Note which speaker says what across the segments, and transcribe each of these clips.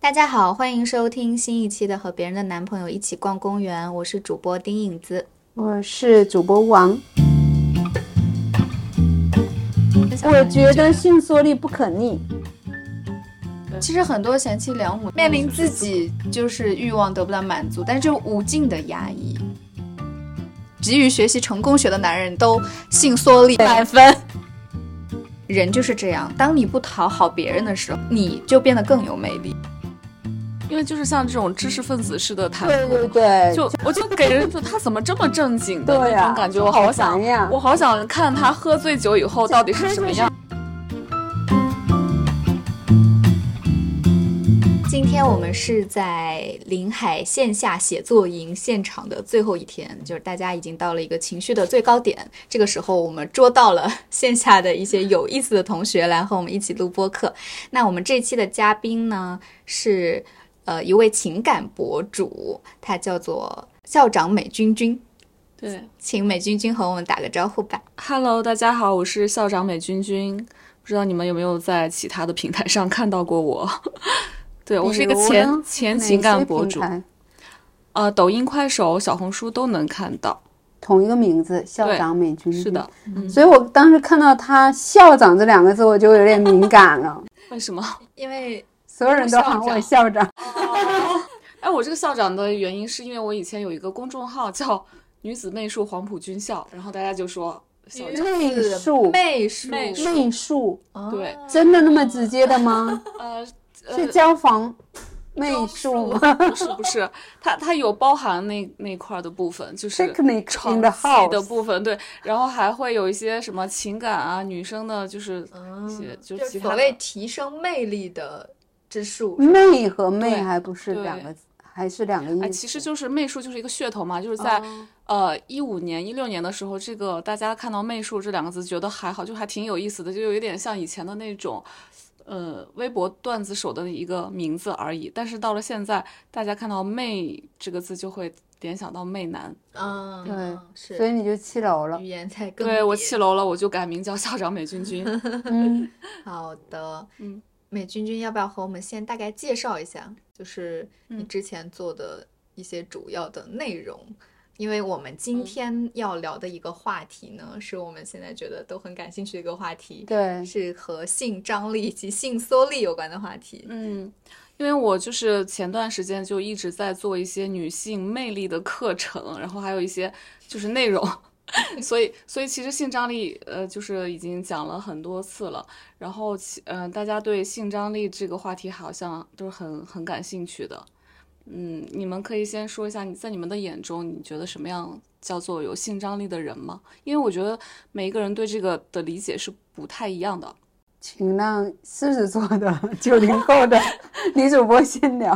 Speaker 1: 大家好，欢迎收听新一期的《和别人的男朋友一起逛公园》，我是主播丁影子。
Speaker 2: 我是主播王，我觉得性缩力不可逆。
Speaker 3: 其实很多贤妻良母面临自己就是欲望得不到满足，但是这种无尽的压抑，急于学习成功学的男人都性缩力满分。人就是这样，当你不讨好别人的时候，你就变得更有魅力。
Speaker 4: 因为就是像这种知识分子式的谈
Speaker 2: 对对
Speaker 4: 吐，
Speaker 2: 对，
Speaker 4: 就我就给人一种他怎么这么正经的
Speaker 2: 对呀
Speaker 4: 那种感觉，我好想
Speaker 2: 烦呀
Speaker 4: 我好想看他喝醉酒以后到底是什么样。
Speaker 1: 今天我们是在临海线下写作营现场的最后一天，就是大家已经到了一个情绪的最高点。这个时候，我们捉到了线下的一些有意思的同学来和我们一起录播课。那我们这期的嘉宾呢是呃一位情感博主，他叫做校长美君君，
Speaker 4: 对
Speaker 1: 请美君君和我们打个招呼吧。
Speaker 4: ，Hello，大家好，我是校长美君君，不知道你们有没有在其他的平台上看到过我？ 对我是一个
Speaker 2: 比如
Speaker 4: 前
Speaker 2: 呢
Speaker 4: 前
Speaker 2: 哪
Speaker 4: 情感
Speaker 2: 些
Speaker 4: 博
Speaker 2: 平
Speaker 4: 主，
Speaker 2: 台
Speaker 4: 呃，抖音、快手、小红书都能看到。
Speaker 2: 同一个名字，校
Speaker 4: 对
Speaker 2: 长美君。
Speaker 4: 是的，，
Speaker 2: 所以我当时看到他“校长”这两个字，我就有点敏感 了。
Speaker 4: 为什么？
Speaker 1: 因为
Speaker 2: 所有人都喊我校长，
Speaker 4: 哎，我这个校长的原因是因为我以前有一个公众号叫“女子媚术黄埔军校”，然后大家就说
Speaker 2: 哎
Speaker 4: 校长。
Speaker 2: 媚术，
Speaker 1: 媚术，
Speaker 4: 媚术
Speaker 2: 媚术，
Speaker 4: 对，
Speaker 2: 真的那么直接的吗？
Speaker 4: 呃，
Speaker 2: 是交房媚术吗
Speaker 4: 不是不是，它它有包含那那块儿的部分，就是
Speaker 2: ？Technique
Speaker 4: 床
Speaker 2: in the
Speaker 4: 戏的
Speaker 2: house，
Speaker 4: 部分，对，然后还会有一些什么情感啊，女生的，就是一些就
Speaker 1: 哦就是
Speaker 4: 其
Speaker 1: 所
Speaker 4: 他
Speaker 1: 谓
Speaker 4: 的，
Speaker 1: 提升魅力的之术。
Speaker 2: 媚和媚
Speaker 4: 对
Speaker 2: 还不是两个，还是两个意思。
Speaker 4: 哎，其实就是媚术就是一个噱头嘛，就是在
Speaker 1: 哦
Speaker 4: 呃一五年一六年的时候，这个大家看到媚术这两个字，觉得还好，就还挺有意思的，就有一点像以前的那种。呃，微博段子手的一个名字而已，但是到了现在，大家看到“媚”这个字就会联想到媚男，
Speaker 1: 嗯，
Speaker 2: 对
Speaker 1: 嗯是，
Speaker 2: 所以你就气楼了
Speaker 1: 语。言在更
Speaker 4: 哦对我气楼了，我就改名叫校长美君君。
Speaker 2: 嗯，
Speaker 1: 好的，
Speaker 4: 嗯，
Speaker 1: 美君君要不要和我们先大概介绍一下，就是
Speaker 4: 嗯
Speaker 1: 你之前做的一些主要的内容？因为我们
Speaker 4: 嗯
Speaker 1: 今天要聊的一个话题呢，是我们现在觉得都很感兴趣的一个话题，
Speaker 2: 对，
Speaker 1: 是和性张力以及性缩力有关的话题。
Speaker 4: 嗯，因为我就是前段时间就一直在做一些女性魅力的课程，然后还有一些就是内容， 所以所以其实性张力呃就是已经讲了很多次了，然后其嗯、呃、大家对性张力这个话题好像都是很很感兴趣的，嗯，你们可以先说一下你在你们的眼中你觉得什么样叫做有性张力的人吗？因为我觉得每一个人对这个的理解是不太一样的。
Speaker 2: 请让狮子座的 九零 后的女主播先聊。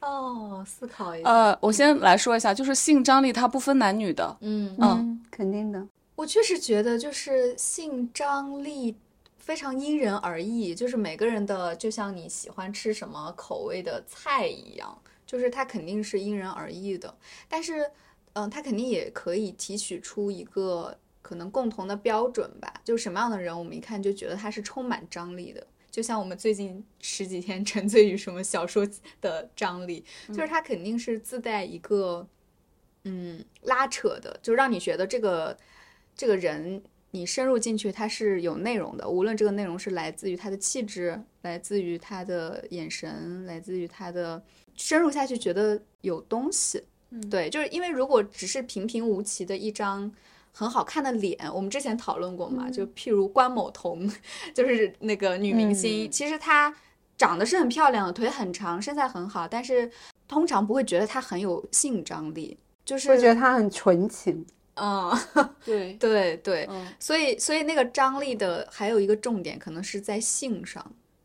Speaker 1: 哦，思考一下，
Speaker 4: 呃，我先来说一下，就是性张力它不分男女的，
Speaker 1: 嗯
Speaker 2: 嗯，肯定的。
Speaker 1: 我确实觉得，就是性张力非常因人而异，就是每个人的，就像你喜欢吃什么口味的菜一样，就是它肯定是因人而异的。但是，嗯，它肯定也可以提取出一个可能共同的标准吧，就是什么样的人，我们一看就觉得他是充满张力的。就像我们最近十几天 沉醉于什么小说的张力，就是他肯定是自带一个嗯拉扯的，就让你觉得这个这个人你深入进去，他是有内容的，无论这个内容是来自于他的气质，来自于他的眼神，来自于他的深入下去，觉得有东西。
Speaker 4: 嗯
Speaker 1: 对，就是因为如果只是平平无奇的一张。很好看的脸，我们之前讨论过嘛，就
Speaker 2: 嗯
Speaker 1: 譬如关某彤， 就是那个女明星，
Speaker 2: 嗯
Speaker 1: 其实她长得是很漂亮的，腿很长，身材很好，但是通常不会觉得她很有性张力，就是
Speaker 2: 会觉得他很纯情，
Speaker 1: 嗯，
Speaker 4: 对，
Speaker 1: 对对，
Speaker 4: 嗯
Speaker 1: 所以所以那个张力的还有一个重点，可能是在性上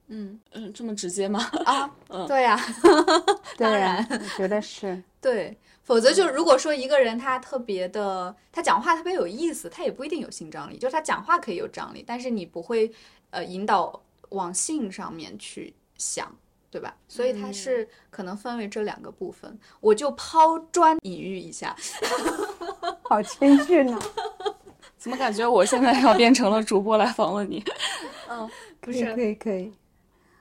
Speaker 4: 嗯嗯，这么直接吗？
Speaker 1: 啊，
Speaker 4: 嗯
Speaker 1: 对呀、
Speaker 2: 对
Speaker 1: 当
Speaker 2: 啊
Speaker 1: 然，
Speaker 2: 我觉得是。
Speaker 1: 对，否则
Speaker 4: 嗯
Speaker 1: 就如果说一个人他特别的，他讲话特别有意思，他也不一定有性张力，就是他讲话可以有张力，但是你不会呃引导往性上面去想。对吧？所以它
Speaker 4: 嗯
Speaker 1: 是可能分为这两个部分，我就抛砖引玉一下。
Speaker 2: 好谦逊 啊呢，
Speaker 4: 怎么感觉我现在要变成了主播来访问你？
Speaker 2: 可
Speaker 1: 是
Speaker 2: 以可以可以。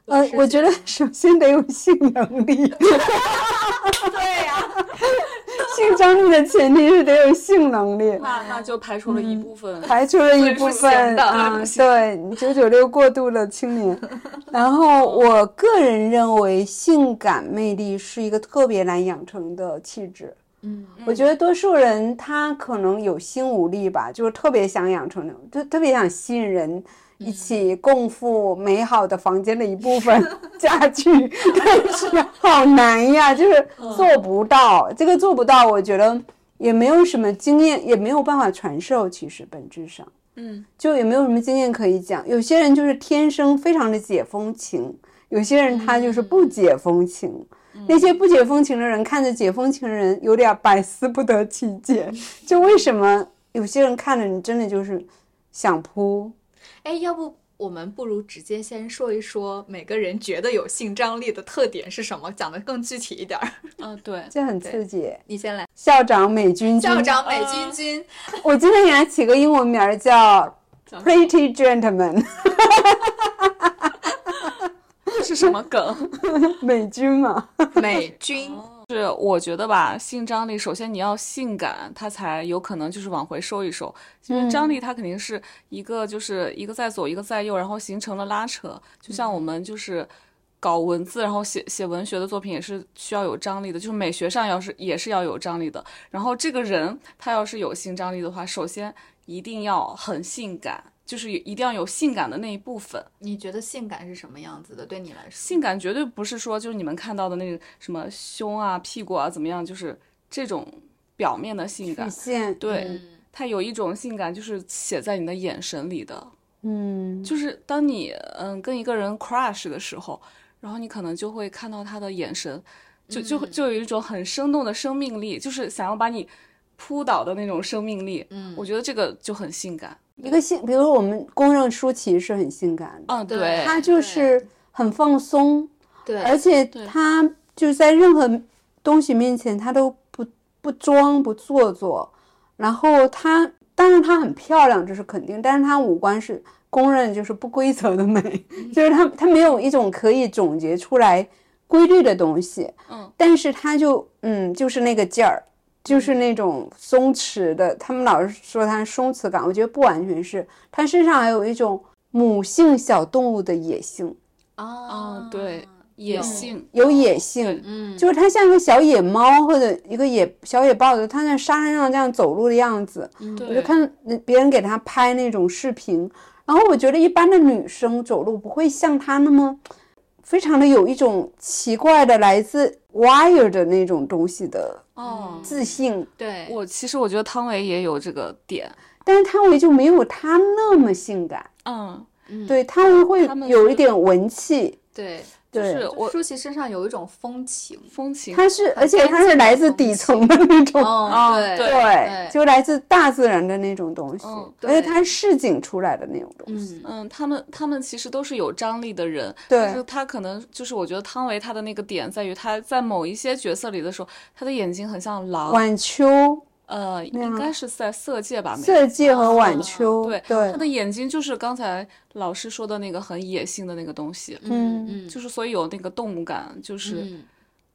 Speaker 2: 呃，我觉得首先得有性能力。
Speaker 5: 对呀、
Speaker 2: 性张力的前提是得有性能力，
Speaker 4: 那那就排除了一部分。
Speaker 2: 排除了一部
Speaker 4: 所以是闲
Speaker 2: 分
Speaker 4: 的
Speaker 2: 啊，对九九六过度的青年。然后我个人认为，性感魅力是一个特别难养成的气质。
Speaker 5: 嗯，
Speaker 2: 我觉得多数人他可能有心无力吧，就是特别想养成那种，就特别想吸引人。一起共赴美好的房间的一部分家具，但是好难呀，就是做不到。这个做不到，我觉得也没有什么经验，也没有办法传授。其实本质上，
Speaker 4: 嗯，
Speaker 2: 就也没有什么经验可以讲。有些人就是天生非常的解风情，有些人他就是不解风情。
Speaker 4: 嗯
Speaker 2: 那些不解风情的人看着解风情的人，有点百思不得其 解。就为什么有些人看着你，真的就是想扑。
Speaker 5: 哎，要不我们不如直接先说一说每个人觉得有性张力的特点是什么，讲的更具体一点儿。
Speaker 4: 啊，对，
Speaker 2: 这很刺激。
Speaker 5: 你先来，
Speaker 2: 校长美军军
Speaker 5: 校，长美君君，
Speaker 2: 我今天给他起个英文名儿叫
Speaker 4: 叫
Speaker 2: Pretty Gentleman，
Speaker 4: 这 是什么梗？
Speaker 2: 美军嘛。
Speaker 5: 美君，
Speaker 4: 是我觉得吧，性张力，首先你要性感，它才有可能就是往回收一收。因为张力它肯定是一个就是一个在左一个在右，然后形成了拉扯。就像我们就是搞文字，然后写写文学的作品也是需要有张力的，就是美学上要是也是要有张力的。然后这个人他要是有性张力的话，首先一定要很性感，就是一定要有性感的那一部分。
Speaker 5: 你觉得性感是什么样子的？对你来说，
Speaker 4: 性感绝对不是说就是你们看到的那个什么胸啊、屁股啊怎么样，就是这种表面的性感
Speaker 2: 曲。线，
Speaker 4: 对，
Speaker 5: 嗯
Speaker 4: 它有一种性感，就是写在你的眼神里的。
Speaker 2: 嗯，
Speaker 4: 就是当你嗯跟一个人 crush 的时候，然后你可能就会看到他的眼神，就就
Speaker 5: 嗯
Speaker 4: 会就有一种很生动的生命力，就是想要把你扑倒的那种生命力。
Speaker 5: 嗯
Speaker 4: 我觉得这个就很性感。
Speaker 2: 一个性，比如我们公认舒淇是很性感的，
Speaker 4: 嗯，
Speaker 5: 对
Speaker 4: 对，
Speaker 2: 她就是很放松，
Speaker 5: 对，
Speaker 2: 而且她就是在任何东西面前她都不不装不做作，然后她当然她很漂亮，这是肯定，但是她五官是公认就是不规则的美，
Speaker 5: 嗯
Speaker 2: 就是她她没有一种可以总结出来规律的东西，
Speaker 4: 嗯，
Speaker 2: 但是她就嗯就是那个劲儿。就是那种松弛的，他们老是说她是松弛感，我觉得不完全是，她身上还有一种母性小动物的野性，
Speaker 5: 啊
Speaker 4: 嗯，对，野性。
Speaker 2: 有野性，
Speaker 5: 嗯，
Speaker 2: 就是它像一个小野猫或者一个野小野豹子，它在沙滩上这样走路的样子，
Speaker 5: 嗯
Speaker 4: 对，
Speaker 2: 我就看别人给它拍那种视频，然后我觉得一般的女生走路不会像它那么非常的有一种奇怪的来自 wire 的那种东西的
Speaker 4: 哦，
Speaker 2: 自信，
Speaker 1: 哎
Speaker 5: 对，
Speaker 4: 我其实我觉得汤唯也有这个点，
Speaker 2: 但是汤唯就没有它那么性感，
Speaker 4: 嗯，
Speaker 2: 对，汤唯会
Speaker 4: 她们
Speaker 2: 有
Speaker 4: 是
Speaker 2: 一点文气，
Speaker 5: 对，
Speaker 4: 就是
Speaker 2: 对，
Speaker 5: 就
Speaker 4: 我
Speaker 5: 舒淇身上有一种风情，
Speaker 4: 风情，
Speaker 2: 它是，而且
Speaker 5: 干
Speaker 2: 它是
Speaker 5: 净的
Speaker 2: 来自
Speaker 5: 东
Speaker 2: 底
Speaker 5: 西
Speaker 2: 层的那种。
Speaker 5: 哦，
Speaker 4: 哦
Speaker 5: 对
Speaker 4: 对
Speaker 2: 对，
Speaker 5: 对
Speaker 2: 就来自大自然的那种东西，
Speaker 4: 嗯
Speaker 2: 而且
Speaker 5: 对
Speaker 2: 它是市井出来的那种东西。
Speaker 5: 嗯
Speaker 4: 嗯，他们他们其实都是有张力的人，
Speaker 2: 对
Speaker 4: 但是他可能就是我觉得汤唯他的那个点在于他在某一些角色里的时候，他的眼睛很像狼，
Speaker 2: 晚秋、
Speaker 4: 呃，
Speaker 2: 那样
Speaker 4: 应该是在色戒吧，没
Speaker 2: 色戒和晚秋，
Speaker 4: 对
Speaker 2: 对嗯
Speaker 4: 他的眼睛就是刚才老师说的那个很野性的那个东西，
Speaker 5: 嗯嗯，
Speaker 4: 就是所以有那个动物感，就是、
Speaker 5: 嗯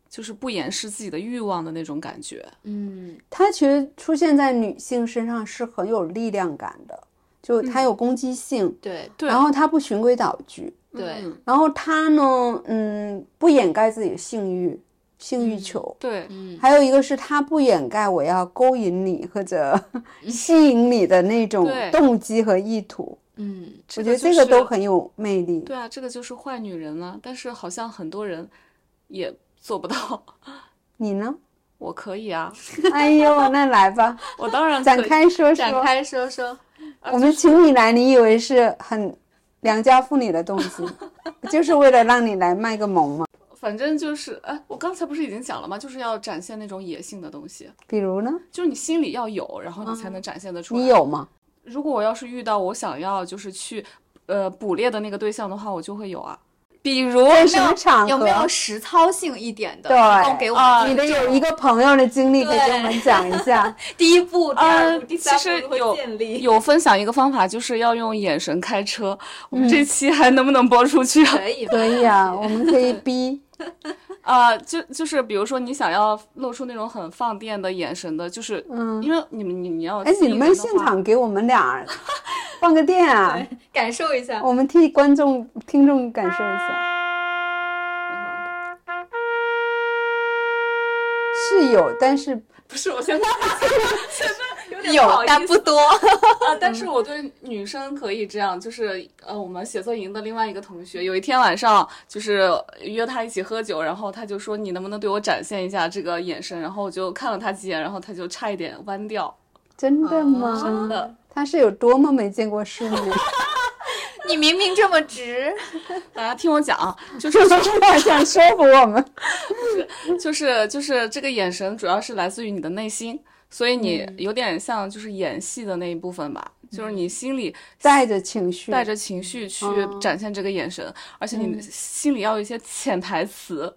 Speaker 4: 就是不掩饰自己的欲望的那种感觉，
Speaker 5: 嗯
Speaker 2: 它其实出现在女性身上是很有力量感的，就它有攻击性，
Speaker 1: 嗯
Speaker 5: 对
Speaker 4: 对
Speaker 2: 然后它不循规蹈矩，
Speaker 5: 对
Speaker 4: 嗯
Speaker 2: 然后它呢，嗯，不掩盖自己的性欲、性欲求。
Speaker 4: 对，
Speaker 5: 嗯
Speaker 2: 还有一个是它不掩盖我要勾引你或者 吸引你的那种
Speaker 4: 对
Speaker 2: 动机和意图，
Speaker 5: 嗯
Speaker 2: 我
Speaker 4: 我
Speaker 2: 觉得这个都很有魅力。
Speaker 4: 对啊，这个就是坏女人啊，但是好像很多人也做不到。
Speaker 2: 你呢？
Speaker 4: 我可以 啊，
Speaker 2: 哎呦，那来吧，
Speaker 4: 我当然可
Speaker 2: 展
Speaker 4: 以。
Speaker 2: 开说
Speaker 5: 展
Speaker 2: 说。
Speaker 5: 开说说，
Speaker 2: 我们请你来，你以为是很良家妇女的动机，就是为了让你来卖个萌吗？
Speaker 4: 反正就是，哎，我刚才不是已经讲了吗？就是要展现那种野性的东西，
Speaker 2: 比如呢，
Speaker 4: 就是你心里要有，然后你
Speaker 1: 嗯
Speaker 4: 才能展现得出来。
Speaker 2: 你有吗？
Speaker 4: 如果我要是遇到我想要就是去，呃，捕猎的那个对象的话，我就会有啊。
Speaker 1: 比如
Speaker 2: 在什么场合
Speaker 1: 有没有实操性一点的，
Speaker 2: 对
Speaker 1: 提供给我们
Speaker 4: 啊
Speaker 2: 你的
Speaker 1: 这
Speaker 2: 有
Speaker 1: 种
Speaker 2: 一个朋友的经历可以
Speaker 1: 对
Speaker 2: 给我们讲一下，
Speaker 1: 第一步、第二
Speaker 4: 呃
Speaker 1: 步、第，
Speaker 4: 其
Speaker 1: 三步
Speaker 4: 实
Speaker 1: 如何
Speaker 4: 有
Speaker 1: 建立。
Speaker 4: 有分享一个方法，就是要用眼神开车。
Speaker 1: 嗯
Speaker 4: 我们这期还能不能播出去啊？
Speaker 1: 可以吧？
Speaker 2: 可以啊，我们可以逼，
Speaker 4: 啊，就就是比如说你想要露出那种很放电的眼神的，就是
Speaker 2: 嗯
Speaker 4: 因为你们你你要
Speaker 2: 哎，你
Speaker 4: 闭
Speaker 2: 们
Speaker 4: 眼的
Speaker 2: 现
Speaker 4: 话
Speaker 2: 场给我们俩放个电啊，
Speaker 1: 感受一下。
Speaker 2: 我们替观众、听众感受一下，是有，但是
Speaker 4: 不是我现在现在 有点不好
Speaker 1: 有，
Speaker 4: 意
Speaker 1: 但不
Speaker 4: 思
Speaker 1: 多。
Speaker 4: 啊，但是我对女生可以这样，就是呃，我们写作营的另外一个同学，有一天晚上就是约他一起喝酒，然后他就说你能不能对我展现一下这个眼神，然后我就看了他几眼，然后他就差一点弯掉，
Speaker 2: 真
Speaker 4: 哦
Speaker 2: 的吗？
Speaker 4: 真的，
Speaker 2: 他是有多么没见过世面？
Speaker 1: 你明明这么直，
Speaker 4: 大家听我讲啊， 就是
Speaker 2: 就是他想说服我们，
Speaker 4: 就是就是这个眼神主要是来自于你的内心，所以你
Speaker 2: 嗯
Speaker 4: 有点像就是演戏的那一部分吧，就是你心里
Speaker 2: 带着情绪，
Speaker 4: 带着情绪去
Speaker 2: 嗯哦
Speaker 4: 展现这个眼神，而且你心里要有一些潜台词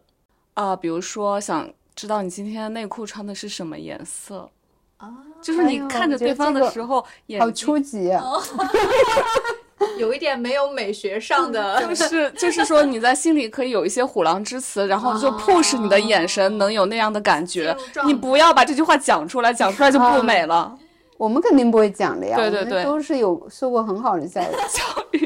Speaker 4: 啊、比如说想知道你今天内裤穿的是什么颜色
Speaker 1: 哦
Speaker 4: 啊，就是你
Speaker 2: 哎呦
Speaker 4: 看着
Speaker 2: 我觉得
Speaker 4: 对方
Speaker 2: 这
Speaker 4: 的
Speaker 2: 个
Speaker 4: 时候，眼
Speaker 2: 好
Speaker 4: 睛哦
Speaker 2: 初级啊！
Speaker 1: 有一点没有美学上的
Speaker 4: 就是就是说你在心里可以有一些虎狼之词，然后就 push 你的眼神能有那样的感
Speaker 1: 进
Speaker 4: 觉
Speaker 1: 入，
Speaker 2: 哦
Speaker 1: 状态
Speaker 4: 你不要把这句话讲出来，讲出来就不 美了。
Speaker 2: 我们肯定不会讲的呀，
Speaker 4: 对对
Speaker 2: 我们
Speaker 4: 对
Speaker 2: 都是有受过很好的教育。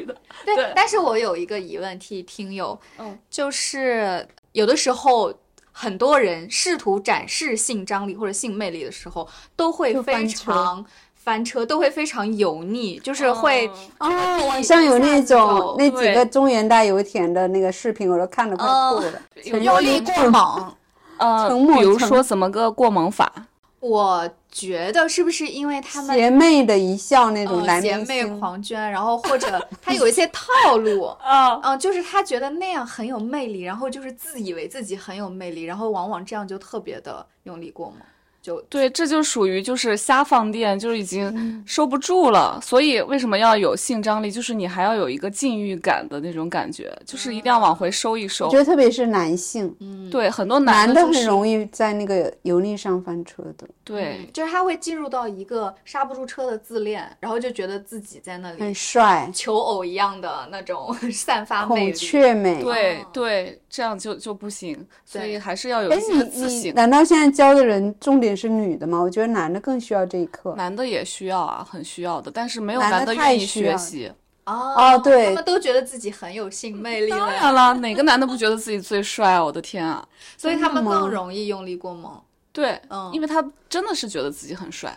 Speaker 4: 对
Speaker 1: 对，但是我有一个疑问，替听友，
Speaker 4: 嗯
Speaker 1: 就是有的时候很多人试图展示性张力或者性魅力的时候，都会
Speaker 2: 就
Speaker 1: 非
Speaker 2: 翻车
Speaker 1: 常翻车，都会非常油腻，就是会、
Speaker 4: 嗯
Speaker 2: 哦，网上有那种
Speaker 1: 一
Speaker 2: 那几个中原大油田的那个视频，我都看得快吐了。
Speaker 4: 哦有
Speaker 1: 用力过猛。
Speaker 4: 呃，
Speaker 2: 成猛
Speaker 4: 比如
Speaker 2: 成
Speaker 4: 说怎么个过猛法？
Speaker 1: 我觉得是不是因为他们
Speaker 2: 邪魅的一笑那
Speaker 4: 哦
Speaker 2: 种
Speaker 1: 呃
Speaker 2: 男
Speaker 1: 姐
Speaker 2: 明
Speaker 1: 妹
Speaker 2: 星，
Speaker 1: 狂捐，然后或者他有一些套路，
Speaker 4: 啊，
Speaker 1: 嗯，就是他觉得那样很有魅力，然后就是自以为自己很有魅力，然后往往这样就特别的用力过猛，就
Speaker 4: 对，这就属于就是瞎放电，就是已经收不住了。所以为什么要有性张力？就是你还要有一个禁欲感的那种感觉，就是一定要往回收一
Speaker 2: 我
Speaker 4: 收
Speaker 2: 觉。得特别是男性，
Speaker 1: 嗯
Speaker 4: 对，很多
Speaker 2: 男
Speaker 4: 嗯的
Speaker 2: 的
Speaker 4: 就
Speaker 2: 很
Speaker 4: 是
Speaker 2: 容易在那个油腻上翻车的，
Speaker 4: 对，
Speaker 1: 嗯就是他会进入到一个刹不住车的自恋，然后就觉得自己在那里
Speaker 2: 很帅，
Speaker 1: 求偶一样的那种 散发魅
Speaker 2: 孔
Speaker 1: 力。
Speaker 2: 雀美。哎
Speaker 4: 对对，这样就就不行。所以
Speaker 1: 对
Speaker 4: 还是要有
Speaker 2: 哎
Speaker 4: 一，些
Speaker 2: 你
Speaker 4: 自
Speaker 2: 你
Speaker 4: 省。
Speaker 2: 难道现在教的人重点是女的吗？我觉得男的更需要这一课。
Speaker 4: 男的也需要啊，很需要的，但是没有
Speaker 2: 男的
Speaker 4: 男的
Speaker 2: 太
Speaker 4: 愿意
Speaker 2: 需要
Speaker 4: 学
Speaker 2: 了
Speaker 4: 习。
Speaker 1: 哦
Speaker 2: 哦对
Speaker 1: 他们都觉得自己很有性魅力
Speaker 4: 当
Speaker 1: 了，
Speaker 4: 然了，哪个男的不觉得自己最帅啊？我的天啊！
Speaker 1: 所以他们
Speaker 2: 真的吗
Speaker 1: 更容易用力过猛。
Speaker 4: 对，
Speaker 1: 嗯
Speaker 4: 因为他真的是觉得自己很帅。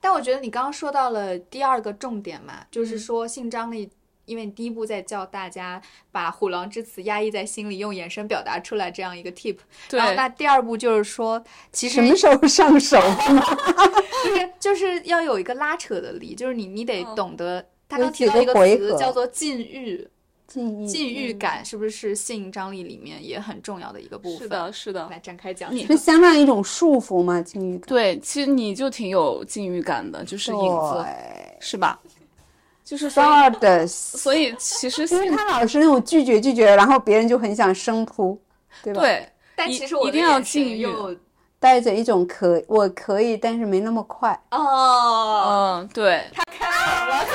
Speaker 1: 但我觉得你刚刚说到了第二个重点嘛，就是
Speaker 4: 嗯
Speaker 1: 说性张力，因为你第一步在教大家把虎狼之词压抑在心里，用眼神表达出来这样一个 tip。
Speaker 4: 对
Speaker 1: 然后那第二步就是说，其
Speaker 2: 什
Speaker 1: 实
Speaker 2: 么时候上 手？
Speaker 1: 就是就是要有一个拉扯的力，就是你你得
Speaker 4: 嗯
Speaker 1: 懂得。他
Speaker 2: 有
Speaker 1: 刚提
Speaker 2: 几
Speaker 1: 到一
Speaker 2: 个
Speaker 1: 个
Speaker 2: 回
Speaker 1: 词
Speaker 2: 合
Speaker 1: 叫做禁欲，
Speaker 2: 敬
Speaker 4: 嗯
Speaker 2: 意。
Speaker 1: 禁欲感是不是性张力里面也很重要的一个部分？
Speaker 4: 是，的，是的。
Speaker 1: 来展开讲。
Speaker 2: 那相当于一种束缚嘛，禁欲感。
Speaker 4: 对，其实你就挺有禁欲感的，就是影子，是吧？就是所以，
Speaker 2: 对的，
Speaker 4: 所以其实
Speaker 2: 因为
Speaker 4: 性
Speaker 2: 他老是那种拒绝拒绝，然后别人就很想生扑，对吧？
Speaker 4: 对
Speaker 1: 但
Speaker 4: 一
Speaker 1: 其实我
Speaker 4: 一
Speaker 1: 的
Speaker 4: 定要
Speaker 1: 眼神
Speaker 4: 禁欲
Speaker 1: 又
Speaker 2: 带着一种可我可以，但是没那么 快。
Speaker 1: 哦，
Speaker 4: 嗯，对，
Speaker 1: 性骚扰现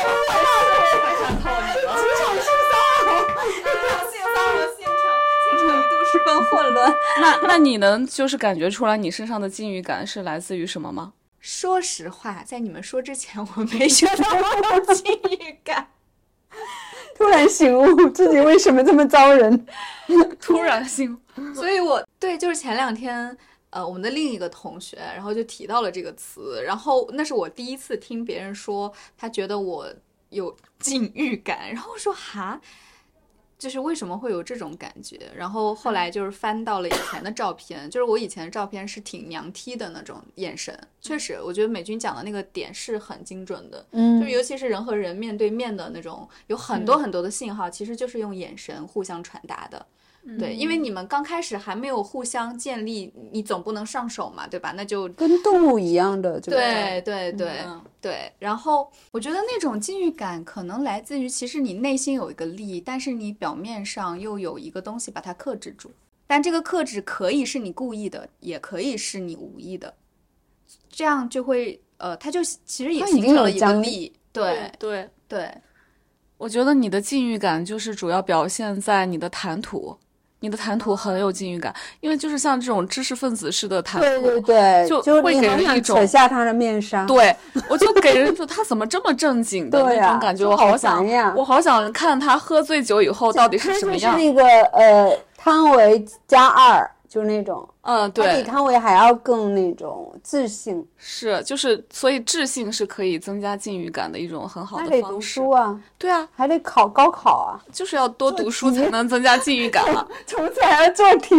Speaker 1: 场，现场一度十分混乱。
Speaker 4: 那那你能就是感觉出来你身上的禁欲感是来自于什么吗？
Speaker 1: 说实话，在你们说之前，我没觉得我有禁欲感，
Speaker 2: 突然醒悟，自己为什么这么招人？
Speaker 4: 突然性，
Speaker 1: 所以我对就是前两天。呃，我们的另一个同学，然后就提到了这个词，然后那是我第一次听别人说，他觉得我有禁欲感，然后我说哈，就是为什么会有这种感觉？然后后来就是翻到了以前的照片，就是我以前的照片是挺娘踢的那种眼神，确实，我觉得美军讲的那个点是很精准的，就是
Speaker 2: 嗯，
Speaker 1: 尤其是人和人面对面的那种，有很多很多的信号，其实就是用眼神互相传达的。
Speaker 2: 嗯
Speaker 5: 对，因为你们刚开始还没有互相建立，你总不能上手嘛，对吧？那就
Speaker 2: 跟动物一样的，对吧
Speaker 5: 对对对、
Speaker 4: 嗯
Speaker 5: 对。然后
Speaker 1: 我觉得那种禁欲感可能来自于，其实你内心有一个利益，但是你表面上又有一个东西把它克制住。但这个克制可以是你故意的，也可以是你无意的，这样就会呃，它就其实也
Speaker 2: 它已
Speaker 1: 形
Speaker 2: 经
Speaker 1: 成
Speaker 2: 有
Speaker 1: 了一个
Speaker 2: 张
Speaker 1: 力。对
Speaker 4: 对，
Speaker 1: 对，
Speaker 4: 我觉得你的禁欲感就是主要表现在你的谈吐，你的谈吐很有禁欲感，因为就是像这种知识分子式的谈
Speaker 2: 对
Speaker 4: 吐，
Speaker 2: 对对，
Speaker 4: 就
Speaker 2: 就
Speaker 4: 会
Speaker 2: 你
Speaker 4: 给
Speaker 2: 很
Speaker 4: 人
Speaker 2: 想
Speaker 4: 一种
Speaker 2: 扯下他的面纱。
Speaker 4: 对，我就给人就他怎么这么正经的
Speaker 2: 对
Speaker 4: 那
Speaker 2: 呀
Speaker 4: 种感觉，
Speaker 2: 就
Speaker 4: 我
Speaker 2: 好
Speaker 4: 好想
Speaker 2: 烦呀
Speaker 4: 我好想看他喝醉酒以后到底是什么
Speaker 2: 啊他
Speaker 4: 样
Speaker 2: 就。是那个呃，汤唯加二，就是那种，
Speaker 4: 嗯，
Speaker 2: 他比
Speaker 4: 对，
Speaker 2: 汤唯还要更那种自信。
Speaker 4: 是就是，所以智性是可以增加禁欲感的一种很好
Speaker 2: 他
Speaker 4: 的
Speaker 2: 得
Speaker 4: 方
Speaker 2: 读
Speaker 4: 式
Speaker 2: 书。啊，
Speaker 4: 对啊，
Speaker 2: 还得考高考 啊，
Speaker 4: 就是要多读书才能增加禁欲感 嘛。
Speaker 2: 从此还要做题。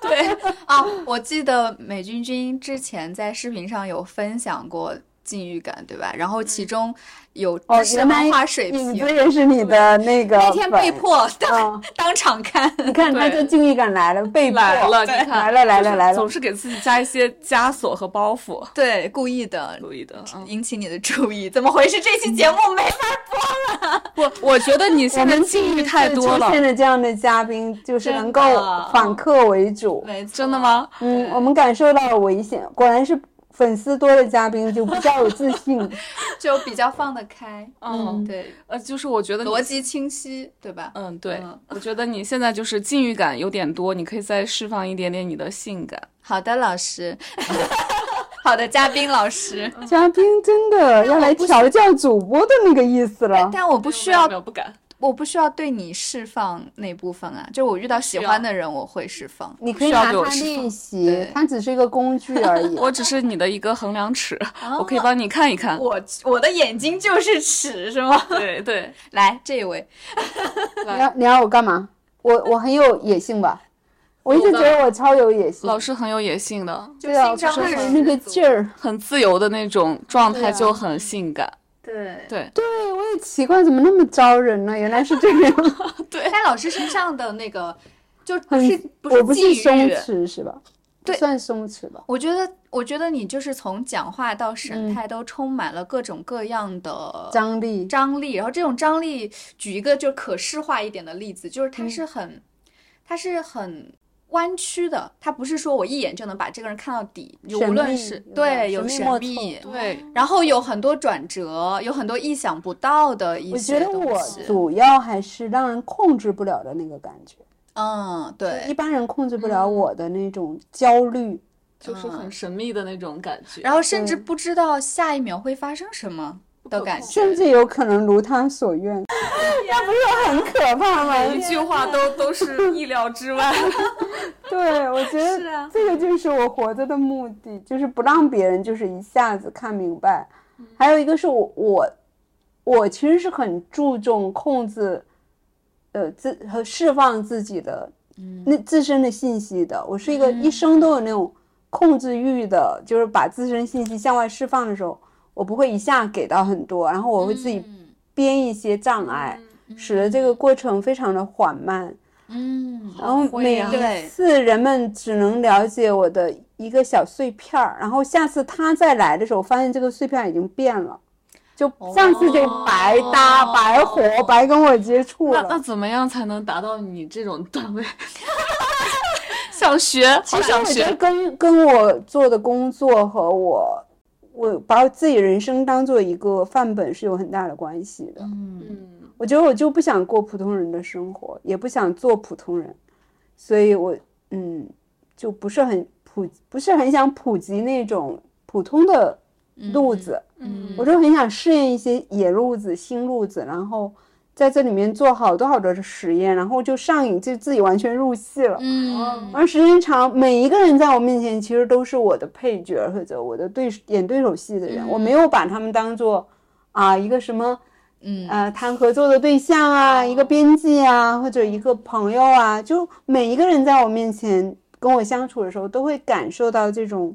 Speaker 4: 对，
Speaker 1: 啊，我记得美君君之前在视频上有分享过禁欲感，对吧？然后其中有
Speaker 2: 嗯哦
Speaker 1: 知，识
Speaker 2: 原来
Speaker 1: 文化水
Speaker 4: 啊
Speaker 2: 影
Speaker 1: 平，
Speaker 2: 子也是你的那个
Speaker 1: 那天被
Speaker 2: 粉
Speaker 1: 迫当、
Speaker 2: 啊！
Speaker 1: 当场看，
Speaker 2: 你看他这敬意感来了，被迫
Speaker 4: 来了，你
Speaker 2: 对来
Speaker 4: 看，
Speaker 2: 了来
Speaker 4: 就
Speaker 2: 了
Speaker 4: 是
Speaker 2: 来了
Speaker 4: 总，是给自己加一些枷锁和包袱，
Speaker 1: 对，故意的
Speaker 4: 故意的。嗯，
Speaker 1: 引起你的注意，怎么回事？这期节目没法
Speaker 4: 不，我觉得你
Speaker 2: 我
Speaker 4: 现在
Speaker 2: 们
Speaker 4: 禁欲太多了
Speaker 2: 出，现了这样的嘉宾，就是
Speaker 4: 真的
Speaker 2: 能够反客为主。
Speaker 1: 没错
Speaker 4: 真的？吗？
Speaker 2: 嗯，我们感受到了危险，果然是粉丝多的嘉宾就比较有自信。
Speaker 1: 就比较放得开，
Speaker 4: 嗯，
Speaker 1: 对，
Speaker 4: 呃，就是我觉得你
Speaker 1: 逻辑清晰，对吧？
Speaker 4: 嗯，对
Speaker 1: 嗯，
Speaker 4: 我觉得你现在就是禁欲感有点多，你可以再释放一点点你的性感。
Speaker 1: 好的，老师， 好的，嘉宾老师，
Speaker 4: 嗯
Speaker 2: 嘉宾真的要来调教主播的那个意思了。
Speaker 1: 哎但我不
Speaker 4: 不
Speaker 1: 需要，
Speaker 4: 不敢。
Speaker 1: 我不需要对你释放那部分啊，就我遇到喜
Speaker 4: 需要
Speaker 1: 欢的人，我会释放。
Speaker 2: 你可以
Speaker 4: 需要
Speaker 2: 拿
Speaker 4: 给我
Speaker 2: 它
Speaker 4: 释放
Speaker 2: 练习
Speaker 1: 对，
Speaker 2: 它只是一个工具而 已。
Speaker 4: 我只是你的一个衡量尺，
Speaker 2: 啊
Speaker 4: 我可以帮你看一看。
Speaker 1: 我 我的眼睛就是尺，是吗？
Speaker 4: 对对，
Speaker 1: 来，这位，
Speaker 2: 你要你要我干嘛？我我很有野性吧？我一直觉得我超有野性
Speaker 4: 老，师很有野性的，
Speaker 2: 对啊，
Speaker 1: 就心
Speaker 2: 就
Speaker 1: 张
Speaker 2: 是
Speaker 1: 力
Speaker 2: 那个劲儿。
Speaker 4: 很自由的那种状态
Speaker 2: 对啊
Speaker 4: 就很性感。
Speaker 1: 对
Speaker 4: 对
Speaker 2: 对，我也奇怪，怎么那么招人呢？原来是这样，
Speaker 1: 但老师身上的那个就不
Speaker 2: 很
Speaker 1: 是不
Speaker 2: 我不是
Speaker 1: 是
Speaker 2: 松
Speaker 1: 禁欲，
Speaker 2: 弛是吧？
Speaker 1: 对
Speaker 2: 算松弛吧。
Speaker 1: 我觉得，我觉得你就是从讲话到
Speaker 2: 嗯
Speaker 1: 神态都充满了各种各样的
Speaker 2: 张力，
Speaker 1: 张力，然后这种张力，举一个就可视化一点的例子，就是
Speaker 2: 嗯
Speaker 1: 它是很，它是很弯曲的，它不是说我一眼就能把这个人看到底，就
Speaker 2: 神
Speaker 1: 无论
Speaker 2: 秘
Speaker 1: 是
Speaker 2: 有点
Speaker 1: 对
Speaker 2: 神
Speaker 1: 有
Speaker 2: 秘
Speaker 1: 神
Speaker 2: 莫
Speaker 1: 秘，
Speaker 4: 对，
Speaker 1: 然后有很多转折，有很多意想不到的一
Speaker 2: 我觉
Speaker 1: 些
Speaker 2: 得
Speaker 1: 东
Speaker 2: 我
Speaker 1: 西。
Speaker 2: 主要还是让人控制不了的那个感觉，
Speaker 1: 嗯，
Speaker 2: 一
Speaker 1: 对。
Speaker 2: 般人控制不了我的那种焦虑。
Speaker 4: 就是很神秘的那种感觉。
Speaker 1: 然后甚至
Speaker 2: 对
Speaker 1: 不知道下一秒会发生什么的感觉，
Speaker 2: 甚至有可能如他所愿， 那不是很可怕吗？
Speaker 4: 一句话都 都是意料之外。
Speaker 2: 对，我觉
Speaker 1: 是
Speaker 2: 得
Speaker 1: 啊
Speaker 2: 这个就是我活着的目的，就是不让别人就是一下子看明白。
Speaker 1: 嗯
Speaker 2: 还有一个是我我我其实是很注重控制，呃自和释放自己的
Speaker 1: 嗯
Speaker 2: 那自身的信息的。我是一个一生都有那种控制欲的，就是把自身信息向外释放的时候，我不会一下给到很多，然后我会自己
Speaker 1: 嗯
Speaker 2: 编一些障碍，
Speaker 4: 嗯
Speaker 2: 使得这个过程非常的缓慢。
Speaker 1: 嗯，
Speaker 2: 然后
Speaker 4: 会
Speaker 2: 每
Speaker 4: 啊
Speaker 2: 一次人们只能了解我的一个小碎片儿，然后下次他再来的时候，发现这个碎片儿已经变了，就上次就白搭、白活、白跟我接触
Speaker 4: 那那
Speaker 2: 了。
Speaker 4: 怎么样才能达到你这种段 位？想学，好
Speaker 2: 其实我
Speaker 4: 想
Speaker 2: 觉得
Speaker 4: 学。
Speaker 2: 跟跟我做的工作和我我把我自己人生当做一个范本是有很大的关系的。
Speaker 4: 嗯，
Speaker 2: 我觉得我就不想过普通人的生活，也不想做普通人，所以我嗯就不是很普，不是很想普及那种普通的路子，
Speaker 4: 嗯
Speaker 2: 我就很想试验一些野路子、新路子，然后在这里面做好多好多的实验，然后就上瘾，就自己完全入戏了。
Speaker 1: 嗯，
Speaker 2: 而时间长，每一个人在我面前其实都是我的配角或者我的对演对手戏的人，我没有把他们当做啊、一个什么，
Speaker 1: 嗯哦
Speaker 2: 呃，谈合作的对象啊，一个编辑啊，或者一个朋友啊，就每一个人在我面前跟我相处的时候，都会感受到这种。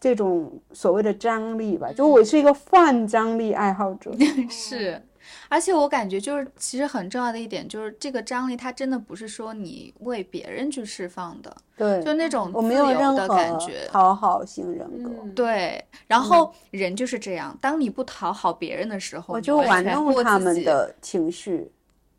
Speaker 2: 这
Speaker 1: 嗯
Speaker 2: 种所谓的张力吧，就我是一个泛张力爱好者，
Speaker 1: 是。而且我感觉就是，其实很重要的一点就是，这个张力它真的不是说你为别人去释放的，
Speaker 2: 对，
Speaker 1: 就那种
Speaker 2: 我
Speaker 1: 自
Speaker 2: 没有
Speaker 1: 由
Speaker 2: 任
Speaker 1: 的
Speaker 2: 何
Speaker 1: 感觉。
Speaker 2: 讨好型人格，
Speaker 4: 嗯，
Speaker 1: 对，然后人就是这样，当你不讨好别人的时候，
Speaker 2: 我
Speaker 1: 你
Speaker 2: 就
Speaker 1: 完
Speaker 2: 玩
Speaker 1: 全
Speaker 2: 弄
Speaker 1: 过
Speaker 2: 他
Speaker 1: 自
Speaker 2: 们
Speaker 1: 己。
Speaker 2: 的情绪。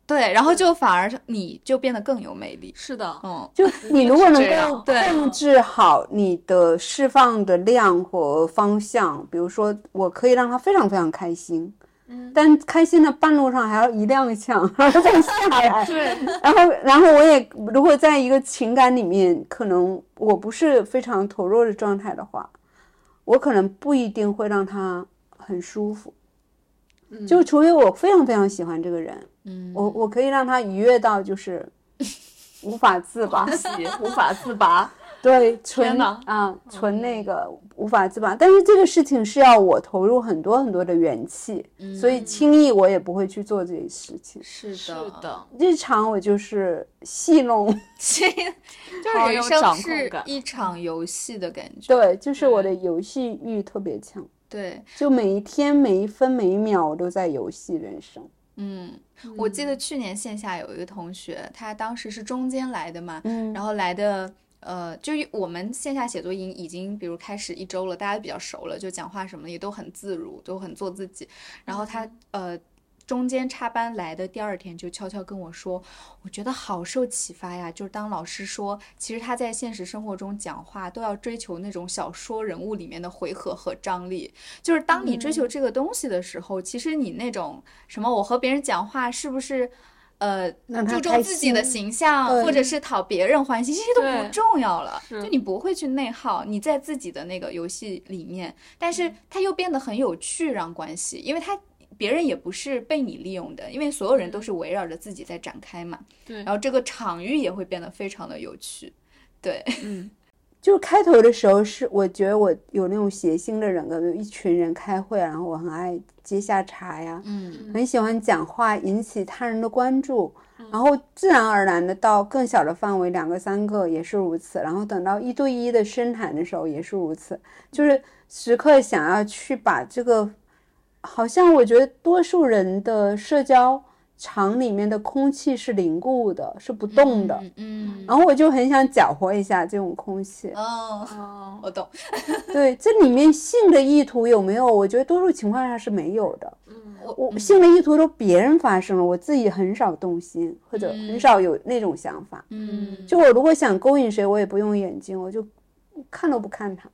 Speaker 1: 对，然后就反而你就变得更有魅力。
Speaker 4: 是的，
Speaker 1: 嗯，
Speaker 2: 就你如果能
Speaker 4: 这样
Speaker 2: 够
Speaker 1: 对
Speaker 2: 控制好你的释放的量和方向，比如说我可以让他非常非常开心，
Speaker 4: 嗯，
Speaker 2: 但开心的半路上还要一踉跄，然后再下来，
Speaker 4: 对，
Speaker 2: 然后然后我也如果在一个情感里面，可能我不是非常投入的状态的话，我可能不一定会让他很舒服，
Speaker 4: 嗯
Speaker 2: 就除非我非常非常喜欢这个人，
Speaker 1: 嗯
Speaker 2: 我我可以让他愉悦到就是无法自拔。
Speaker 4: 喜无法自拔。
Speaker 2: 对，纯
Speaker 4: 呐
Speaker 2: 啊，纯那个无法自拔。但是这个事情是要我投入很多很多的元气，所以轻易我也不会去做这些事情。
Speaker 1: 是的，
Speaker 4: 是的，
Speaker 2: 日常我就是戏弄，
Speaker 1: 就是
Speaker 4: 好
Speaker 1: 人
Speaker 4: 有
Speaker 1: 生
Speaker 4: 掌控
Speaker 1: 是
Speaker 4: 感
Speaker 1: 一场游戏的感觉。
Speaker 2: 对，就是我的游戏欲特别强，
Speaker 1: 对，
Speaker 2: 就每一天、每一分、每一秒我都在游戏人生。
Speaker 1: 嗯，我记得去年线下有一个同学，他当时是中间来的嘛，
Speaker 2: 嗯
Speaker 1: 然后来的。呃，就我们线下写作营已经，比如开始一周了，大家比较熟了，就讲话什么的也都很自如，都很做自己。然后他
Speaker 2: 嗯
Speaker 1: 呃，中间插班来的第二天就悄悄跟我说，我觉得好受启发呀。就是当老师说，其实他在现实生活中讲话都要追求那种小说人物里面的回合和张力。就是当你追
Speaker 2: 嗯
Speaker 1: 求这个东西的时候，其实你那种什么，我和别人讲话是不是？呃，
Speaker 2: 让他
Speaker 1: 注重
Speaker 2: 开
Speaker 1: 自己的
Speaker 2: 心
Speaker 1: 形象，
Speaker 2: 对
Speaker 1: 或者是讨别人欢心，这些都不
Speaker 4: 对
Speaker 1: 重要了。
Speaker 4: 是
Speaker 1: 就你不会去内耗，你在自己的那个游戏里面，但是它又变得很有趣，让关系，因为它别人也不是被你利用的，因为所有人都是围绕着自己在展开嘛。
Speaker 4: 对
Speaker 1: 然后这个场域也会变得非常的有趣。对，
Speaker 4: 嗯，
Speaker 2: 就是开头的时候是，我觉得我有那种谐星的人格，有一群人开会，然后我很爱接下茬呀，
Speaker 1: 嗯
Speaker 2: 很喜欢讲话，引起他人的关注，然后自然而然的到更小的范围，两个三个也是如此。然后等到一对一的深谈的时候也是如此，就是时刻想要去把这个，好像我觉得多数人的社交场里面的空气是凝固的，是不动的。
Speaker 1: 嗯，
Speaker 2: 然后我就很想搅和一下这种 空气，
Speaker 1: 哦，
Speaker 4: 哦，
Speaker 1: 我懂，
Speaker 2: 对，这里面性的意图有没有？我觉得多数情况下是没有的。
Speaker 4: 嗯。
Speaker 1: 我
Speaker 2: 我性的意图都别人发生了，我自己很少动心，或者
Speaker 1: 嗯
Speaker 2: 很少有那种想法。
Speaker 1: 嗯，
Speaker 2: 就我如果想勾引谁，我也不用眼睛，我就看都不看他。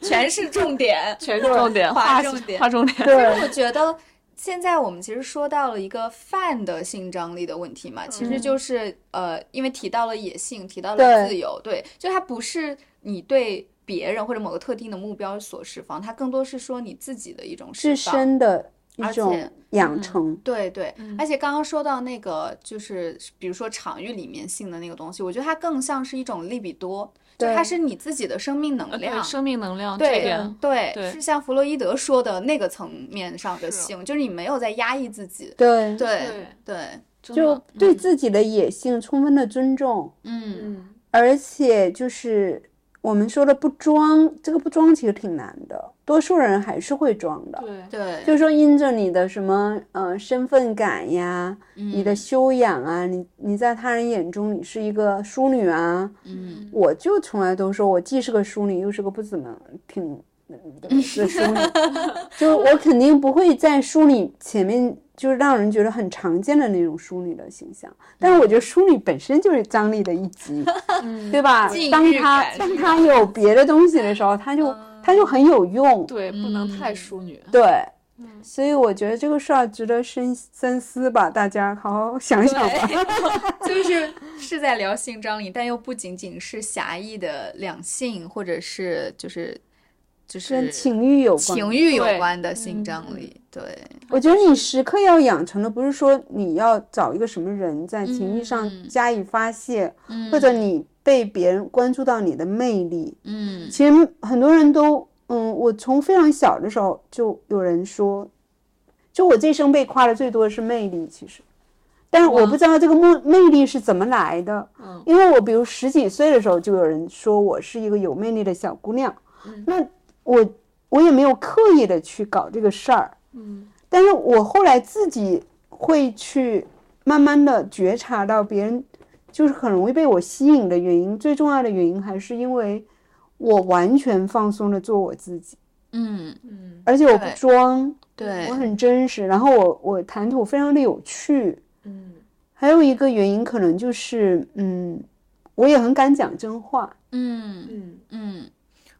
Speaker 1: 全是重点
Speaker 4: 全是重点，
Speaker 1: 划
Speaker 4: 划
Speaker 1: 重点
Speaker 4: 划重点。
Speaker 2: 对，
Speaker 1: 我觉得现在我们其实说到了一个泛的性张力的问题嘛，其
Speaker 4: 嗯
Speaker 1: 实就是、呃，因为提到了野性，提到了
Speaker 2: 对
Speaker 1: 自由，对，就它不是你对别人或者某个特定的目标所释放，它更多是说你自己的一种释
Speaker 2: 自
Speaker 1: 放。
Speaker 2: 身的一
Speaker 1: 而且嗯
Speaker 2: 种养成。
Speaker 1: 对对，
Speaker 4: 嗯
Speaker 1: 而且刚刚说到那个，就是比如说场域里面性的那个东西，我觉得它更像是一种利比多，就
Speaker 2: 对
Speaker 1: 它是你自己的生命能
Speaker 4: 呃
Speaker 1: 量
Speaker 4: 对，，生命能量这
Speaker 1: 对嗯
Speaker 4: 点，
Speaker 1: 对
Speaker 4: 对
Speaker 1: 是像弗洛伊德说的那个层面上的
Speaker 4: 是
Speaker 1: 性，就是你没有在压抑自己，
Speaker 2: 对，
Speaker 1: 对对，
Speaker 4: 真
Speaker 2: 就
Speaker 4: 的
Speaker 2: 对自己的野性充分的尊重，
Speaker 1: 嗯
Speaker 4: 嗯
Speaker 2: 而且就是我们说的不装，这个不装其实挺难的，多数人还是会装的。
Speaker 4: 对，
Speaker 1: 对，
Speaker 2: 就是说因着你的什么呃身份感呀，
Speaker 1: 嗯
Speaker 2: 你的修养啊，你你在他人眼中你是一个淑女啊，
Speaker 1: 嗯
Speaker 2: 我就从来都说我既是个淑女，又是个不怎么挺 嗯的淑女，就是我肯定不会在淑女前面。就是让人觉得很常见的那种淑女的形象，
Speaker 1: 嗯
Speaker 2: 但是我觉得淑女本身就是张力的一 极，
Speaker 4: 嗯
Speaker 2: 对吧
Speaker 1: 禁欲？
Speaker 2: 当她
Speaker 1: 感嗯
Speaker 2: 当她有别的东西的时候，她就她就很有用，
Speaker 4: 对，不能太淑女。
Speaker 2: 对，
Speaker 1: 嗯
Speaker 2: 所以我觉得这个事儿值得深深思吧，大家好好想想吧。
Speaker 1: 就是是在聊性张力，但又不仅仅是狭义的两性，或者是就是就是
Speaker 2: 跟情欲有关，
Speaker 1: 情欲有
Speaker 4: 对
Speaker 1: 关的性张力，对，
Speaker 2: 我觉得你时刻要养成的不是说你要找一个什么人在情欲上
Speaker 1: 嗯
Speaker 2: 加以发泄，
Speaker 1: 嗯
Speaker 2: 或者你被别人关注到你的魅力。
Speaker 1: 嗯
Speaker 2: 其实很多人都，嗯，我从非常小的时候就有人说，就我这一生被夸的最多的是魅力，其实，但是我不知道这个魅魅力是怎么来的，
Speaker 4: 嗯
Speaker 2: 因为我比如十几岁的时候就有人说我是一个有
Speaker 1: 嗯
Speaker 2: 魅力的小姑娘，那我我也没有刻意的去搞这个事儿，
Speaker 4: 嗯，
Speaker 2: 但是我后来自己会去慢慢的觉察到别人就是很容易被我吸引的原因，最重要的原因还是因为我完全放松的做我自己，
Speaker 1: 嗯，
Speaker 4: 嗯
Speaker 2: 而且我不
Speaker 1: 对
Speaker 2: 装，
Speaker 1: 对
Speaker 2: 我，很真实，然后我我谈吐非常的有趣。
Speaker 4: 嗯
Speaker 2: 还有一个原因可能就是，嗯，我也很敢讲真话，
Speaker 1: 嗯
Speaker 4: 嗯
Speaker 1: 嗯，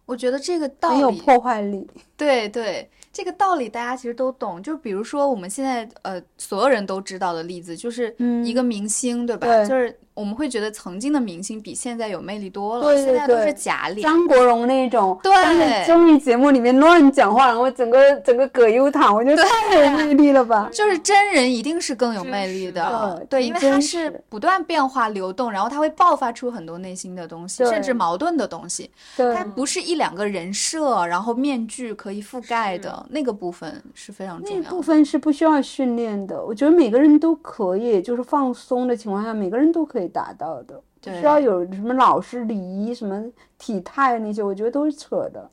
Speaker 1: 我觉得这个
Speaker 2: 很
Speaker 1: 道
Speaker 2: 有
Speaker 1: 理，
Speaker 2: 破坏力。
Speaker 1: 对对，这个道理大家其实都懂。就比如说我们现在呃所有人都知道的例子，就是一
Speaker 2: 嗯
Speaker 1: 个明星，对吧？
Speaker 2: 对
Speaker 1: 就是我们会觉得曾经的明星比现在有魅力多了，
Speaker 2: 对
Speaker 1: 现
Speaker 2: 对
Speaker 1: 在都是
Speaker 2: 对
Speaker 1: 假脸。
Speaker 2: 张国荣那种，
Speaker 1: 对
Speaker 2: 当着综艺节目里面乱讲话，然后整个整个葛优躺，我觉得太
Speaker 1: 啊
Speaker 2: 有魅力了 吧？
Speaker 1: 就是真人一定是更有
Speaker 4: 真
Speaker 1: 魅力
Speaker 4: 实
Speaker 1: 的
Speaker 2: 的，
Speaker 1: 对，
Speaker 2: 更
Speaker 1: 因为它
Speaker 2: 真
Speaker 1: 是
Speaker 2: 实
Speaker 1: 不断变化流动，然后它会爆发出很多内心的东西，甚
Speaker 2: 对
Speaker 1: 至矛盾的东西。
Speaker 2: 对
Speaker 1: 它不是一两个人设，然后面具可以覆盖的那个部分是非常重
Speaker 2: 那
Speaker 1: 要
Speaker 2: 部
Speaker 1: 的。
Speaker 2: 分是不需要训练的，我觉得每个人都可以，就是放松的情况下，每个人都可以达到的。不
Speaker 1: 对
Speaker 2: 需要有什么老师礼仪、什么体态那些，我觉得都是扯的。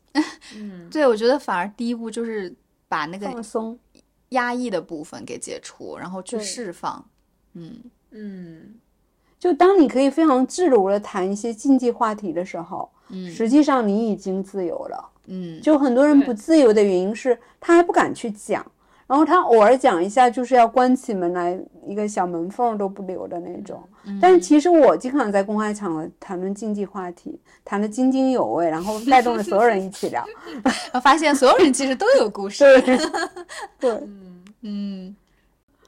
Speaker 4: 嗯
Speaker 1: 对，我觉得反而第一步就是把那个
Speaker 2: 放松，
Speaker 1: 压抑的部分给解除，然后去
Speaker 2: 对
Speaker 1: 释放。嗯，
Speaker 4: 嗯
Speaker 2: 就当你可以非常自如的谈一些禁忌话题的时候，
Speaker 1: 嗯
Speaker 2: 实际上你已经自由了。
Speaker 1: 嗯，
Speaker 2: 就很多人
Speaker 4: 对
Speaker 2: 不自由的原因是他还不敢去讲，然后他偶尔讲一下，就是要关起门来一个小门缝都不留的那种。但是其实我经常在公开场合谈论竞技话题，谈得津津有味，然后带动了所有人一起聊。
Speaker 1: 我发现所有人其实都有故事。
Speaker 2: 对，对，
Speaker 4: 嗯。
Speaker 1: 嗯，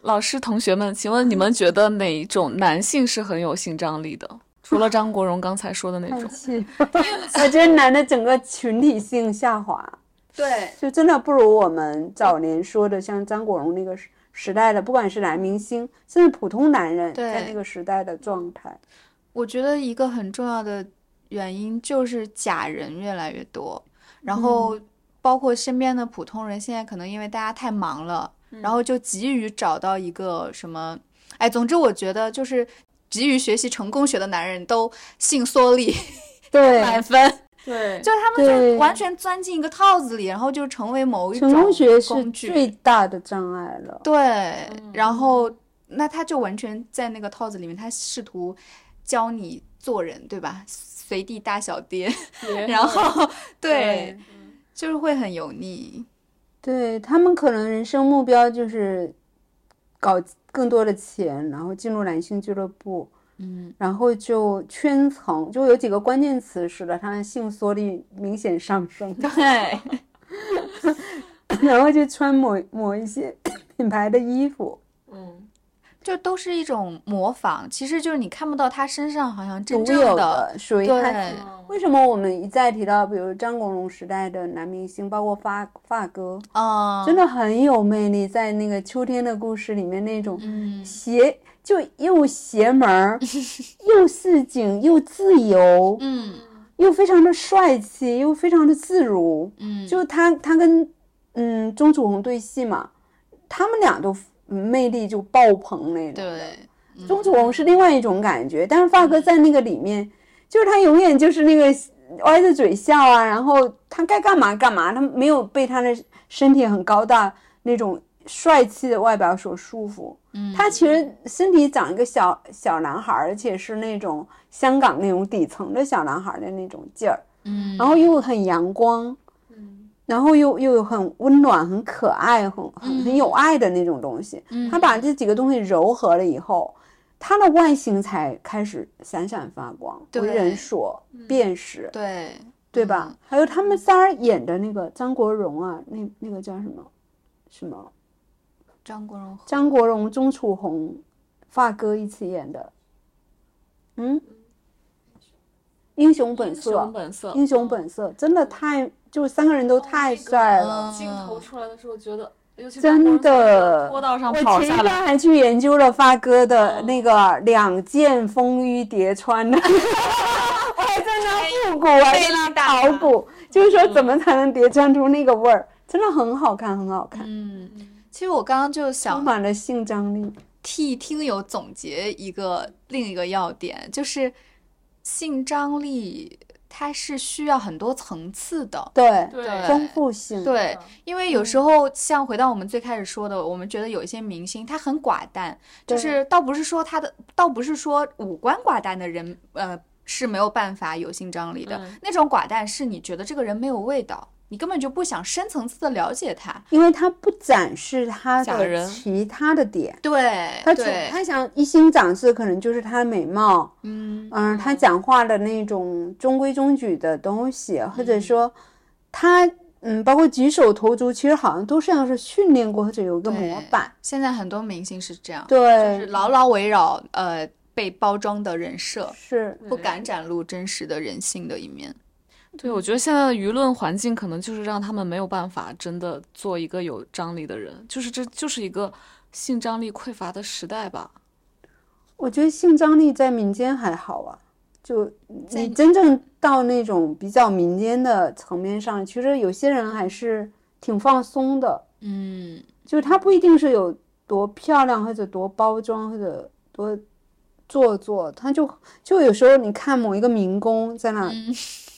Speaker 4: 老师、同学们，请问你们觉得哪一种男性是很有性张力的？除了张国荣刚才说的那
Speaker 2: 叹
Speaker 4: 种，
Speaker 2: 气。我觉得男的整个群体性下滑，
Speaker 1: 对，
Speaker 2: 就真的不如我们早年说的，像张国荣那个时时代的，不管是男明星，甚至普通男人，
Speaker 1: 对
Speaker 2: 在那个时代的状态。
Speaker 1: 我觉得一个很重要的原因就是假人越来越多，
Speaker 2: 嗯
Speaker 1: 然后包括身边的普通人，现在可能因为大家太忙了，然后就急于找到一个什么，哎，总之我觉得就是急于学习成功学的男人都性缩力
Speaker 2: 对，
Speaker 1: 满分，
Speaker 4: 对，
Speaker 1: 就是他们就是
Speaker 2: 对
Speaker 1: 完全钻进一个套子里，然后就成为某一
Speaker 2: 成
Speaker 1: 种
Speaker 2: 功学是
Speaker 1: 工具。
Speaker 2: 最大的障碍了。
Speaker 1: 对，然后那他就完全在那个套子里面，他试图教你做人，对吧？随地大小 便， 然 后对，就是会很油腻。
Speaker 2: 对他们可能人生目标就是搞更多的钱，然后进入男性俱乐部，
Speaker 1: 嗯，
Speaker 2: 然后就圈层，就有几个关键词使得他的性缩力明显上升，
Speaker 1: 对，
Speaker 2: 然后就穿某某一些 品牌的衣服，
Speaker 4: 嗯，
Speaker 1: 就都是一种模仿，其实就是你看不到他身上好像真
Speaker 2: 独
Speaker 1: 正
Speaker 2: 有
Speaker 1: 的，
Speaker 2: 的属于他自
Speaker 1: 对，
Speaker 2: 己为什么我们一再提到，比如张国荣时代的男明星，包括发发哥，
Speaker 1: 嗯，
Speaker 2: 真的很有魅力，在那个《秋天的故事》里面那种
Speaker 1: 嗯，
Speaker 2: 邪，就又邪门儿，又市井，又自由，
Speaker 1: 嗯
Speaker 2: 又非常的帅气，又非常的自如。
Speaker 1: 嗯，
Speaker 2: 就他，他跟嗯钟楚红对戏嘛，他们俩都嗯魅力就爆棚那种。
Speaker 1: 对，
Speaker 2: 钟楚红是另外一种感觉，但是发哥在那个里面，就是他永远就是那个歪着嘴笑啊，然后他该干嘛干嘛，他没有被他的身体很高大那种帅气的外表所束缚。
Speaker 1: 嗯，
Speaker 2: 他其实身体长一个小小男孩儿，而且是那种香港那种底层的小男孩儿的那种劲儿，
Speaker 1: 嗯，
Speaker 2: 然后又很阳光，
Speaker 4: 嗯
Speaker 2: 然后又又很温暖、很可爱、很很很有爱的那种东西。
Speaker 1: 嗯
Speaker 2: 他把这几个东西糅合了以后，他的外形才开始闪闪发光，
Speaker 1: 对嗯
Speaker 2: 为人所辨识，
Speaker 1: 对嗯
Speaker 2: 对吧？还有他们仨儿演的那个张国荣啊，那那个叫什么什么
Speaker 1: 张国荣和
Speaker 2: 张国荣、钟楚红、发哥一起演的，嗯，《英雄本色》
Speaker 4: 雄本色，
Speaker 2: 英雄本色真的太，就哦三个人都太帅了。
Speaker 4: 嗯镜头出来的时候觉得，尤其
Speaker 2: 真
Speaker 4: 张国荣
Speaker 2: 的
Speaker 4: 坡道上跑
Speaker 2: 我前
Speaker 4: 下
Speaker 2: 一段
Speaker 4: 来，
Speaker 2: 还去研究了发哥的那个两件风衣叠 穿的，我还在
Speaker 4: 哎
Speaker 2: 那复古，我还在那考古，就是说怎么才能叠穿出那个味儿，真的很好看，很好看，
Speaker 1: 嗯，其实我刚刚就
Speaker 2: 充
Speaker 1: 想
Speaker 2: 满了性张力。
Speaker 1: 替听友总结一个另一个要点，就是性张力，它是需要很多层次的。
Speaker 2: 对，
Speaker 4: 对
Speaker 2: 丰富嗯性，
Speaker 1: 对，因为有时候像回到我们最开始说的，我们觉得有一些明星他很寡淡，就
Speaker 2: 对
Speaker 1: 是倒不是说他的，倒不是说五官寡淡的人，呃，是没有办法有性张力的。
Speaker 4: 嗯
Speaker 1: 那种寡淡是你觉得这个人没有味道，你根本就不想深层次的了解他。
Speaker 2: 因为他不展示他
Speaker 4: 假
Speaker 2: 的
Speaker 4: 人
Speaker 2: 其他的点。
Speaker 1: 对，
Speaker 2: 他只
Speaker 1: 对，
Speaker 2: 他想一心展示，可能就是他的美貌，
Speaker 1: 嗯，
Speaker 2: 嗯，他讲话的那种中规中矩的东西，或
Speaker 1: 嗯
Speaker 2: 者说他嗯，包括举手投足，其实好像都是像是训练过或者有一个模
Speaker 1: 对
Speaker 2: 板。
Speaker 1: 现在很多明星是这样，就是
Speaker 2: 对，
Speaker 1: 牢牢围绕呃被包装的人设，
Speaker 2: 是
Speaker 1: 不敢展露真实的人性的一面。
Speaker 4: 对，我觉得现在的舆论环境可能就是让他们没有办法真的做一个有张力的人，就是这就是一个性张力匮乏的时代吧。
Speaker 2: 我觉得性张力在民间还好啊，就
Speaker 1: 在
Speaker 2: 你真正到那种比较民间的层面上，其实有些人还是挺放松的，
Speaker 1: 嗯，
Speaker 2: 就是她不一定是有多漂亮或者多包装或者多做作，她就就有时候你看某一个民工在那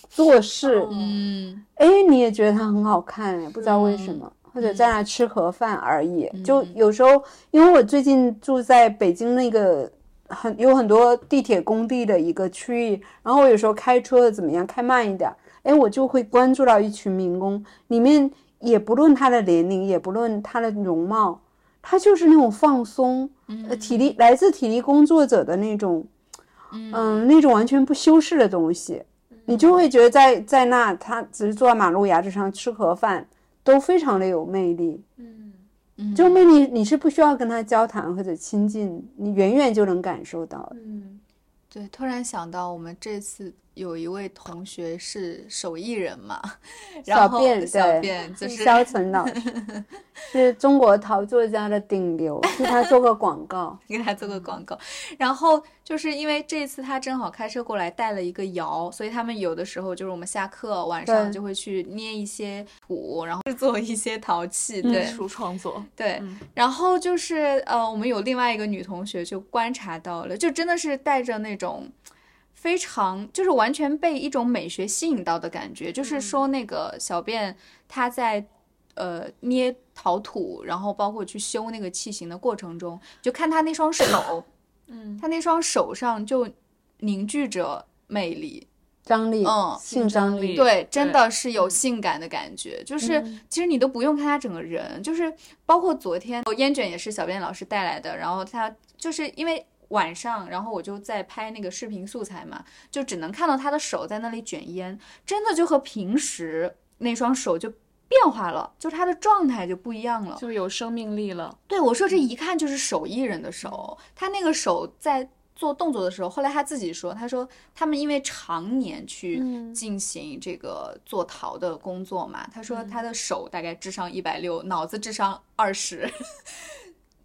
Speaker 2: 做事，
Speaker 1: 嗯，
Speaker 2: 哎、你也觉得她很好看，不知道为什么。或者在那吃盒饭而已，就有时候，因为我最近住在北京那个很有很多地铁工地的一个区域，然后我有时候开车怎么样开慢一点，哎，我就会关注到一群民工，里面也不论他的年龄，也不论他的容貌，他就是那种放松，呃，体力来自体力工作者的那种，嗯、那种完全不修饰的东西，你就会觉得在在那他只是坐在马路牙子上吃盒饭，都非常的有魅力。嗯，这种魅力你是不需要跟他交谈或者亲近，你远远就能感受到的。
Speaker 1: 嗯对，突然想到我们这次有一位同学是手艺人嘛，然后
Speaker 2: 便
Speaker 1: 小
Speaker 2: 对嗯
Speaker 1: 便就是
Speaker 2: 肖晨老师是中国陶作家的顶流，替他做个广告。
Speaker 1: 给他做个广告。然后就是因为这次他正好开车过来带了一个窑，所以他们有的时候就是我们下课晚上
Speaker 2: 对
Speaker 1: 就会去捏一些土，然后制作一些陶器。对，
Speaker 4: 艺术创作，
Speaker 1: 对
Speaker 4: 嗯，
Speaker 1: 然后就是呃，我们有另外一个女同学就观察到了，就真的是带着那种非常就是完全被一种美学吸引到的感觉，就是说那个小便她在呃捏陶土，然后包括去修那个器型的过程中，就看她那双手，嗯，她那双手上就凝聚着魅力，
Speaker 2: 张力，
Speaker 1: 嗯
Speaker 2: 性张
Speaker 4: 力
Speaker 1: 对，真
Speaker 4: 对
Speaker 1: 的是有性感的感觉，就是其实你都不用看他整个人，就是包括昨天我烟卷也是小编老师带来的，然后他就是因为晚上，然后我就在拍那个视频素材嘛，就只能看到他的手在那里卷烟，真的就和平时那双手就变化了，就他的状态就不一样了。
Speaker 4: 就有生命力了。
Speaker 1: 对我说，这一看就是手艺人的手，他那个手在做动作的时候，后来他自己说，他说他们因为常年去
Speaker 2: 嗯
Speaker 1: 进行这个做陶的工作嘛，他说
Speaker 2: 嗯
Speaker 1: 他的手大概智商一百六，脑子智商二十，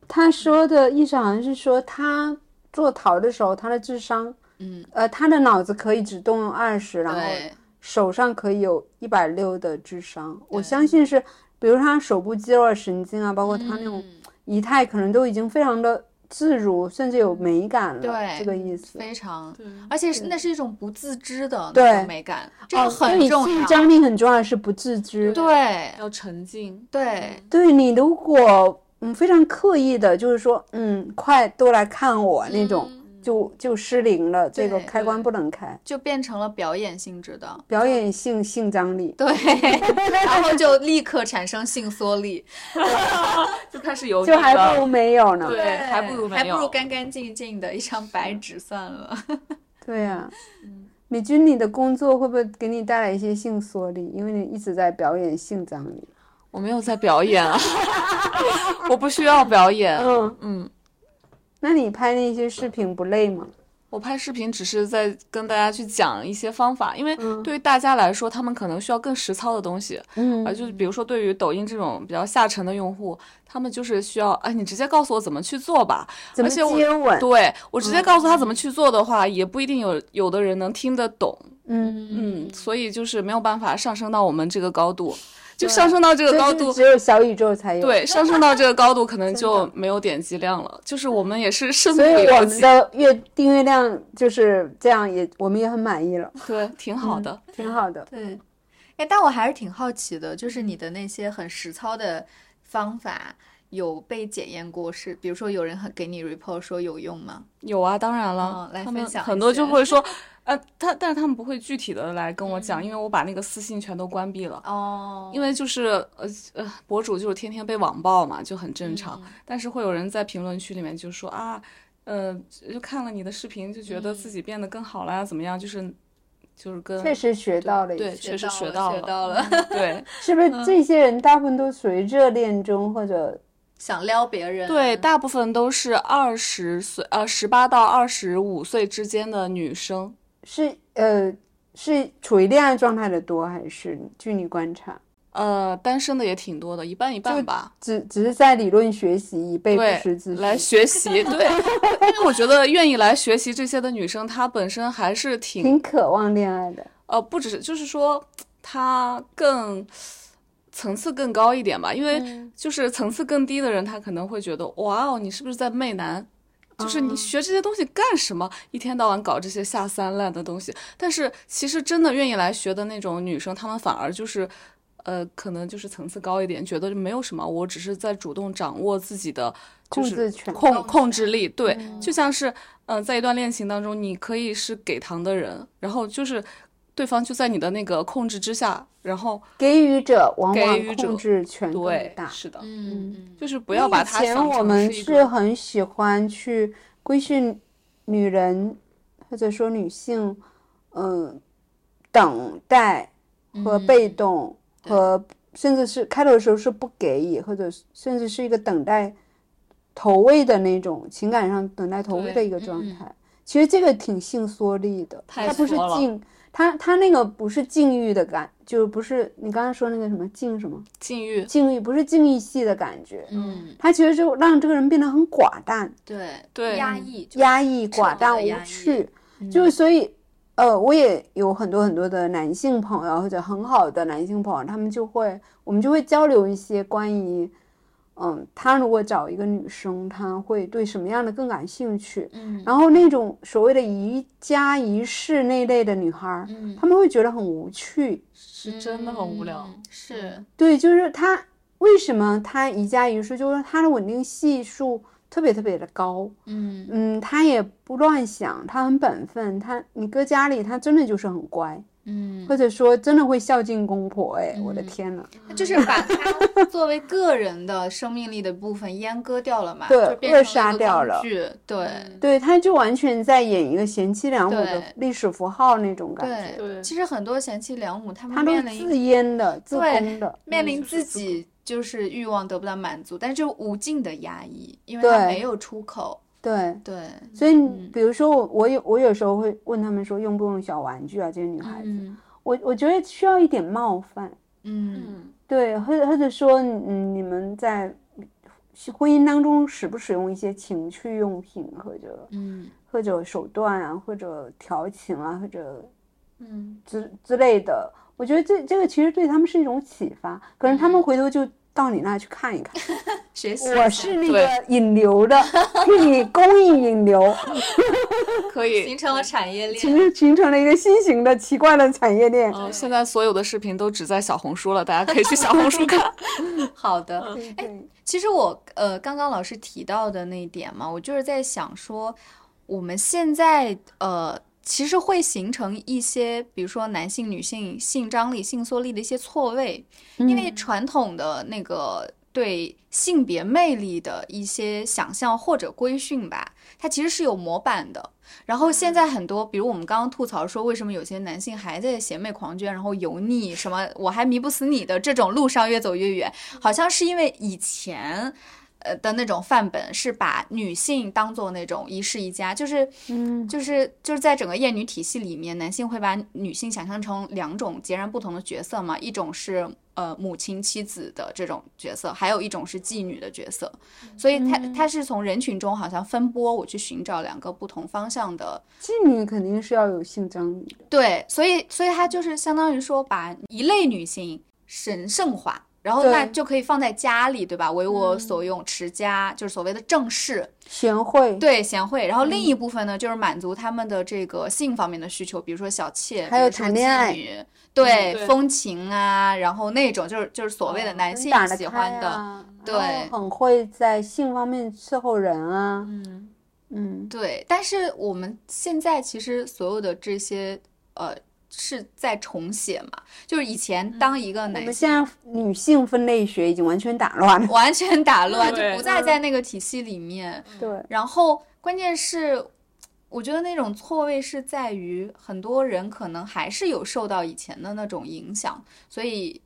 Speaker 2: 他说的意思好像是说，他做陶的时候，他的智商，
Speaker 1: 嗯，
Speaker 2: 呃，他的脑子可以只动用二十，然后
Speaker 1: 对，
Speaker 2: 手上可以有一百六的智商。我相信是，比如他手部肌肉的神经啊，包括他那
Speaker 1: 嗯
Speaker 2: 种仪态，可能都已经非常的自如，甚至有美感了。
Speaker 1: 对
Speaker 2: 这个意思。
Speaker 1: 非常，
Speaker 4: 对，
Speaker 1: 而且是那是一种不自知的那
Speaker 2: 对哦
Speaker 1: 种美感，这个很
Speaker 2: 对
Speaker 1: 重
Speaker 2: 性
Speaker 1: 要，
Speaker 2: 张力很重要，是不自知。
Speaker 1: 对
Speaker 4: 要沉浸。
Speaker 1: 对，
Speaker 2: 对你如果嗯非常刻意的，就是说嗯快都来看我那种，就就失灵了，这
Speaker 1: 嗯
Speaker 2: 个
Speaker 1: 对
Speaker 2: 开关不能开。
Speaker 1: 就变成了表演性质的。
Speaker 2: 表演性性张力，
Speaker 1: 对， 然后就立刻产生性缩力，
Speaker 4: 就开始 有
Speaker 2: 就还不如没有呢。
Speaker 4: 对还不如没
Speaker 1: 还不如
Speaker 4: 有
Speaker 1: 干干净净的一张白纸算了。
Speaker 2: 对呀、
Speaker 4: 嗯
Speaker 2: 美军，你的工作会不会给你带来一些性缩力？因为你一直在表演性张力。
Speaker 4: 我没有在表演啊， 我不需要表演。
Speaker 2: 嗯，
Speaker 4: 嗯，
Speaker 2: 那你拍那些视频不累吗？
Speaker 4: 我拍视频只是在跟大家去讲一些方法，因为对于大家来说，他们可能需要更实操的东西。
Speaker 2: 嗯
Speaker 4: 啊，就是比如说对于抖音这种比较下沉的用户，他们就是需要，哎，你直接告诉我怎么去做吧。
Speaker 2: 怎么
Speaker 4: 而且我
Speaker 2: 接吻？嗯
Speaker 4: 对我直接告诉他怎么去做的话，也不一定有有的人能听得懂。
Speaker 2: 嗯，
Speaker 4: 嗯，所以就是没有办法上升到我们这个高度，就上升到这个高
Speaker 2: 这
Speaker 4: 度
Speaker 2: 是只，有小宇宙才有。，
Speaker 4: 对，上升到这个高度 可能就没有点击量了。就是我们也是身不
Speaker 2: 所以我
Speaker 4: 由
Speaker 2: 们
Speaker 4: 己，
Speaker 2: 的月订阅量就是这样也，我们也很满意了，
Speaker 4: 对，挺好的。
Speaker 2: 挺好的。
Speaker 1: 对，哎，但我还是挺好奇的，就是你的那些很实操的方法有被检验过是，比如说有人很给你 report 说有用吗？
Speaker 4: 有啊，当然
Speaker 2: 哦
Speaker 4: 了，
Speaker 1: 嗯来
Speaker 4: 他
Speaker 1: 分
Speaker 4: 们
Speaker 1: 享
Speaker 4: 很
Speaker 1: 一
Speaker 4: 多
Speaker 1: 些
Speaker 4: 就会 说，呃，他但是他们不会具体的来跟我
Speaker 2: 嗯
Speaker 4: 讲，因为我把那个私信全都关闭了。
Speaker 1: 哦，
Speaker 4: 因
Speaker 1: 为
Speaker 4: 为就是呃呃，博主就是天天被网暴嘛，就很正
Speaker 2: 嗯
Speaker 4: 常。但是会有人在评论区里面就说啊，呃，就看了你的视频，就觉得自己变得更好啦，怎么样？就是就是跟
Speaker 2: 嗯确实学到了一
Speaker 4: 对，
Speaker 2: 些，
Speaker 4: 确实
Speaker 1: 学
Speaker 4: 到
Speaker 1: 到了学到
Speaker 4: 了，嗯对
Speaker 2: 是不是这些人大部分都属于热恋中或者
Speaker 1: 想撩别人，啊
Speaker 4: 对，大部分都是二十岁呃十八到二十五岁之间的女生。
Speaker 2: 是呃是处于恋爱状态的多，还是据你观察，
Speaker 4: 呃，单身的也挺多的，一半一半吧。
Speaker 2: 只只是在理论学习以备不
Speaker 4: 对，
Speaker 2: 时之需？
Speaker 4: 来学习，对， 因为我觉得愿意来学习这些的女生，她本身还是挺
Speaker 2: 挺渴望恋爱的。
Speaker 4: 呃，不只是就是说她更层次更高一点吧，因为
Speaker 2: 嗯
Speaker 4: 就是层次更低的人，她可能会觉得哇哦，你是不是在媚男？就是
Speaker 2: 哦
Speaker 4: 你学这些东西干什么？一天到晚搞这些下三滥的东西。但是其实真的愿意来学的那种女生，她们反而就是，呃，可能就是层次高一点，觉得没有什么，我只是在主动掌握自己的就
Speaker 2: 控
Speaker 4: 是
Speaker 2: 制权哦
Speaker 4: 控控制力。对，就像是，嗯、在一段恋情当中，你可以是给糖的人，然后就是对方就在你的那个控制之下，然后
Speaker 2: 给予者往
Speaker 4: 给
Speaker 2: 往
Speaker 4: 予者
Speaker 2: 控制权
Speaker 4: 对
Speaker 2: 更，大。
Speaker 4: 是的，
Speaker 1: 嗯，嗯
Speaker 4: 就是不要把它
Speaker 2: 以
Speaker 4: 想
Speaker 2: 前我
Speaker 4: 成
Speaker 2: 们
Speaker 4: 是一
Speaker 2: 是
Speaker 4: 个
Speaker 2: 很喜欢去规训女人，或者说女性，嗯、等待
Speaker 4: 嗯
Speaker 2: 和被动和、甚至是开头的时候是不给予，或者是甚至是一个等待投喂的那种情感上等待投喂的一个状态。其实这个挺性缩力的，
Speaker 4: 嗯太
Speaker 2: 它不是
Speaker 4: 缩了
Speaker 2: 禁，它它那个不是禁欲的感，就不是你刚才说那个什么禁什么
Speaker 4: 禁欲。
Speaker 2: 禁欲，不是禁欲系的感觉，
Speaker 1: 嗯，
Speaker 2: 他其实就让这个人变得很寡淡、
Speaker 1: 对
Speaker 4: 对
Speaker 1: 压抑就
Speaker 2: 压抑、
Speaker 1: 彻底
Speaker 2: 寡淡
Speaker 1: 地压
Speaker 2: 无
Speaker 1: 抑
Speaker 2: 趣，就是所以，呃，我也有很多很多的男性朋友或者很好的男性朋友，他们就会我们就会交流一些关于，嗯，他如果找一个女生，他会对什么样的更感兴趣，
Speaker 1: 嗯
Speaker 2: 然后那种所谓的宜家宜室那类的女孩儿，
Speaker 1: 嗯
Speaker 2: 他们会觉得很无趣，
Speaker 4: 是真的很无聊，
Speaker 1: 嗯是
Speaker 2: 对，就是它为什么它宜家宜室，就是它的稳定系数特别特别的高。
Speaker 1: 嗯
Speaker 2: 嗯，它也不乱想，它很本分，它你搁家里，它真的就是很乖，
Speaker 1: 嗯，
Speaker 2: 或者说真的会孝敬公婆。哎，我的
Speaker 1: 嗯
Speaker 2: 天呐，
Speaker 1: 就是把它作为个人的生命力的部分阉割掉了嘛，
Speaker 2: 对
Speaker 1: 就变成
Speaker 2: 扼杀
Speaker 1: 一个
Speaker 2: 掉
Speaker 1: 工
Speaker 2: 了
Speaker 1: 具，对。
Speaker 4: 嗯
Speaker 2: 对，它就完全在演一个贤妻良母的
Speaker 1: 对
Speaker 2: 历史符号那种感觉，
Speaker 1: 对，
Speaker 4: 对
Speaker 1: 其实很多贤妻良母，他
Speaker 2: 它
Speaker 1: 们
Speaker 2: 都
Speaker 1: 面
Speaker 2: 是
Speaker 1: 临
Speaker 2: 自阉的、自
Speaker 1: 对
Speaker 2: 宫的。
Speaker 1: 面
Speaker 4: 嗯
Speaker 1: 临
Speaker 4: 就
Speaker 1: 自
Speaker 4: 是自
Speaker 1: 己就是欲望得不到满足，但是这种无尽的压抑，因为
Speaker 2: 对
Speaker 1: 他没有出口。
Speaker 2: 对，
Speaker 1: 对，
Speaker 2: 所以
Speaker 1: 嗯
Speaker 2: 你比如说我，我有我有时候会问他们说用不用小玩具啊？这些女孩子，
Speaker 1: 嗯
Speaker 2: 我我觉得需要一点冒犯。
Speaker 1: 嗯
Speaker 4: 嗯，
Speaker 2: 对，或者或者说，嗯，你们在婚姻当中使不使用一些情趣用品，或者
Speaker 1: 嗯
Speaker 2: 或者手段啊，或者调情啊，或者
Speaker 1: 嗯
Speaker 2: 之之类的，我觉得这这个其实对他们是一种启发，可能他们回头就到你那去看一看，
Speaker 1: 嗯 学习
Speaker 2: 我是那个引流的，替你公益 引流，嗯
Speaker 4: 可以。
Speaker 1: 形成了产业 链。
Speaker 2: 形形成了一个新型的奇怪的产业链。
Speaker 4: 嗯，现在所有的视频都只在小红书了，大家可以去小红书看。
Speaker 1: 好
Speaker 4: 嗯
Speaker 1: 的，
Speaker 2: 对对，
Speaker 1: 其实我呃刚刚老师提到的那一点嘛，我就是在想说，我们现在呃。其实会形成一些，比如说男性、女性性张力、性缩力的一些错位，因为传统的那个对性别魅力的一些想象或者规训吧，它其实是有模板的。然后现在很多，比如我们刚刚吐槽说，为什么有些男性还在邪魅狂狷，然后油腻什么“我还迷不死你的”这种路上越走越远，好像是因为以前。呃的那种范本，是把女性当做那种一室一家，就是
Speaker 2: 嗯
Speaker 1: 就是就是在整个厌女体系里面，男性会把女性想象成两种截然不同的角色嘛，一种是呃母亲、妻子的这种角色，还有一种是妓女的角色，所以他他是从人群中好像分拨我去寻找两个不同方向的
Speaker 2: 妓女肯定是要有性张力的，
Speaker 1: 对，所以所以它就是相当于说把一类女性神圣化，然后
Speaker 2: 对嗯
Speaker 1: 那就可以放在家里，对吧？为我所用，持家就是所谓的正室，
Speaker 2: 贤惠，
Speaker 1: 对贤惠。然后另
Speaker 2: 嗯
Speaker 1: 一部分呢，就是满足他们的这个性方面的需求，比如说小妾，
Speaker 2: 还有
Speaker 1: 比如说
Speaker 2: 谈恋
Speaker 1: 妓
Speaker 2: 爱
Speaker 1: 女，对
Speaker 4: 嗯对
Speaker 1: 风情啊，然后那种就是就是所谓的男性
Speaker 2: 哦打得
Speaker 1: 喜
Speaker 2: 开
Speaker 1: 欢的，
Speaker 2: 啊
Speaker 1: 对
Speaker 2: 然后很会在性方面伺候人啊，
Speaker 1: 嗯。
Speaker 2: 嗯，
Speaker 1: 对，但是我们现在其实所有的这些呃是在重写嘛，就是以前当一个
Speaker 2: 嗯我
Speaker 1: 男
Speaker 2: 们
Speaker 1: 性
Speaker 2: 现在女性分类学已经完全打乱了，
Speaker 1: 完全打乱，就
Speaker 4: 对
Speaker 1: 不再在那个体系里面。
Speaker 2: 对，
Speaker 1: 然后关键是，我觉得那种错位是在于很多人可能还是有受到以前的那种影响，所以。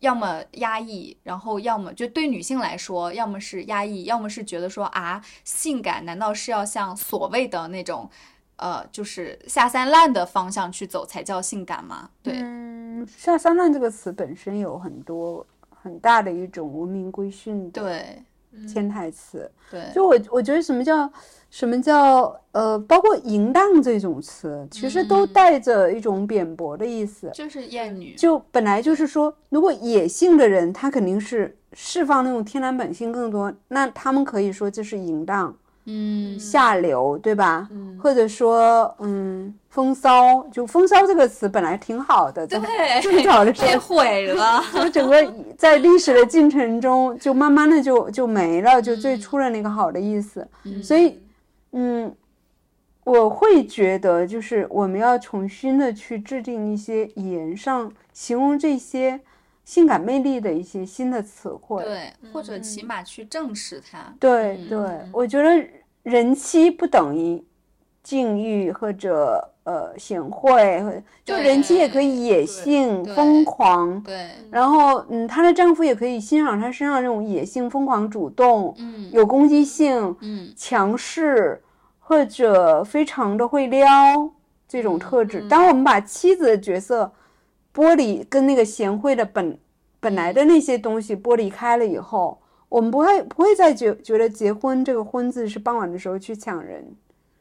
Speaker 1: 要么压抑，然后要么就对女性来说，要么是压抑，要么是觉得说啊，性感难道是要像所谓的那种，呃，就是下三滥的方向去走才叫性感吗？对，
Speaker 2: 嗯，下三滥这个词本身有很多很大的一种文明规训的
Speaker 1: 对，嗯
Speaker 2: 潜台词，
Speaker 1: 对，
Speaker 2: 就我我觉得什么叫什么叫呃，包括淫荡这种词，其实都
Speaker 1: 嗯
Speaker 2: 带着一种贬薄的意思。
Speaker 1: 就是厌女，
Speaker 2: 就本来就是说，如果野性的人，他肯定是释放那种天然本性更多，那他们可以说这是淫荡、
Speaker 1: 嗯，
Speaker 2: 下流，对吧？或者说，嗯，风骚，就风骚这个词本来挺好的，在最早的时
Speaker 1: 被
Speaker 2: 候，
Speaker 1: 毁了，
Speaker 2: 就整个在历史的进程中，就慢慢的就就没了，就
Speaker 1: 嗯
Speaker 2: 最初的那个好的意思。所以，嗯，我会觉得就是我们要重新的去制定一些语言上形容这些性感魅力的一些新的词汇。
Speaker 1: 对，或者起码去正视它。
Speaker 2: 对
Speaker 1: 嗯
Speaker 2: 对，我觉得人妻不等于禁欲或者呃贤惠，或者就
Speaker 1: 对
Speaker 2: 人妻也可以野性疯狂。
Speaker 1: 对，
Speaker 2: 然后，嗯，她的丈夫也可以欣赏她身上这种野性、疯狂、主动、
Speaker 1: 嗯
Speaker 2: 有攻击性，
Speaker 1: 嗯
Speaker 2: 强势或者非常的会撩这种特
Speaker 1: 嗯
Speaker 2: 质。当我们把妻子的角色剥离跟那个贤惠的本本来的那些东西剥离开了以后，我们不会不会再觉觉得结婚这个婚字是傍晚的时候去抢人，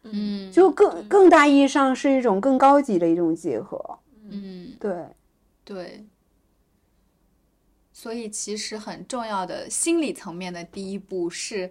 Speaker 1: 嗯，
Speaker 2: 就更更大意义上是一种更高级的一种结合。
Speaker 1: 嗯
Speaker 2: 对，
Speaker 1: 对。所以其实很重要的心理层面的第一步是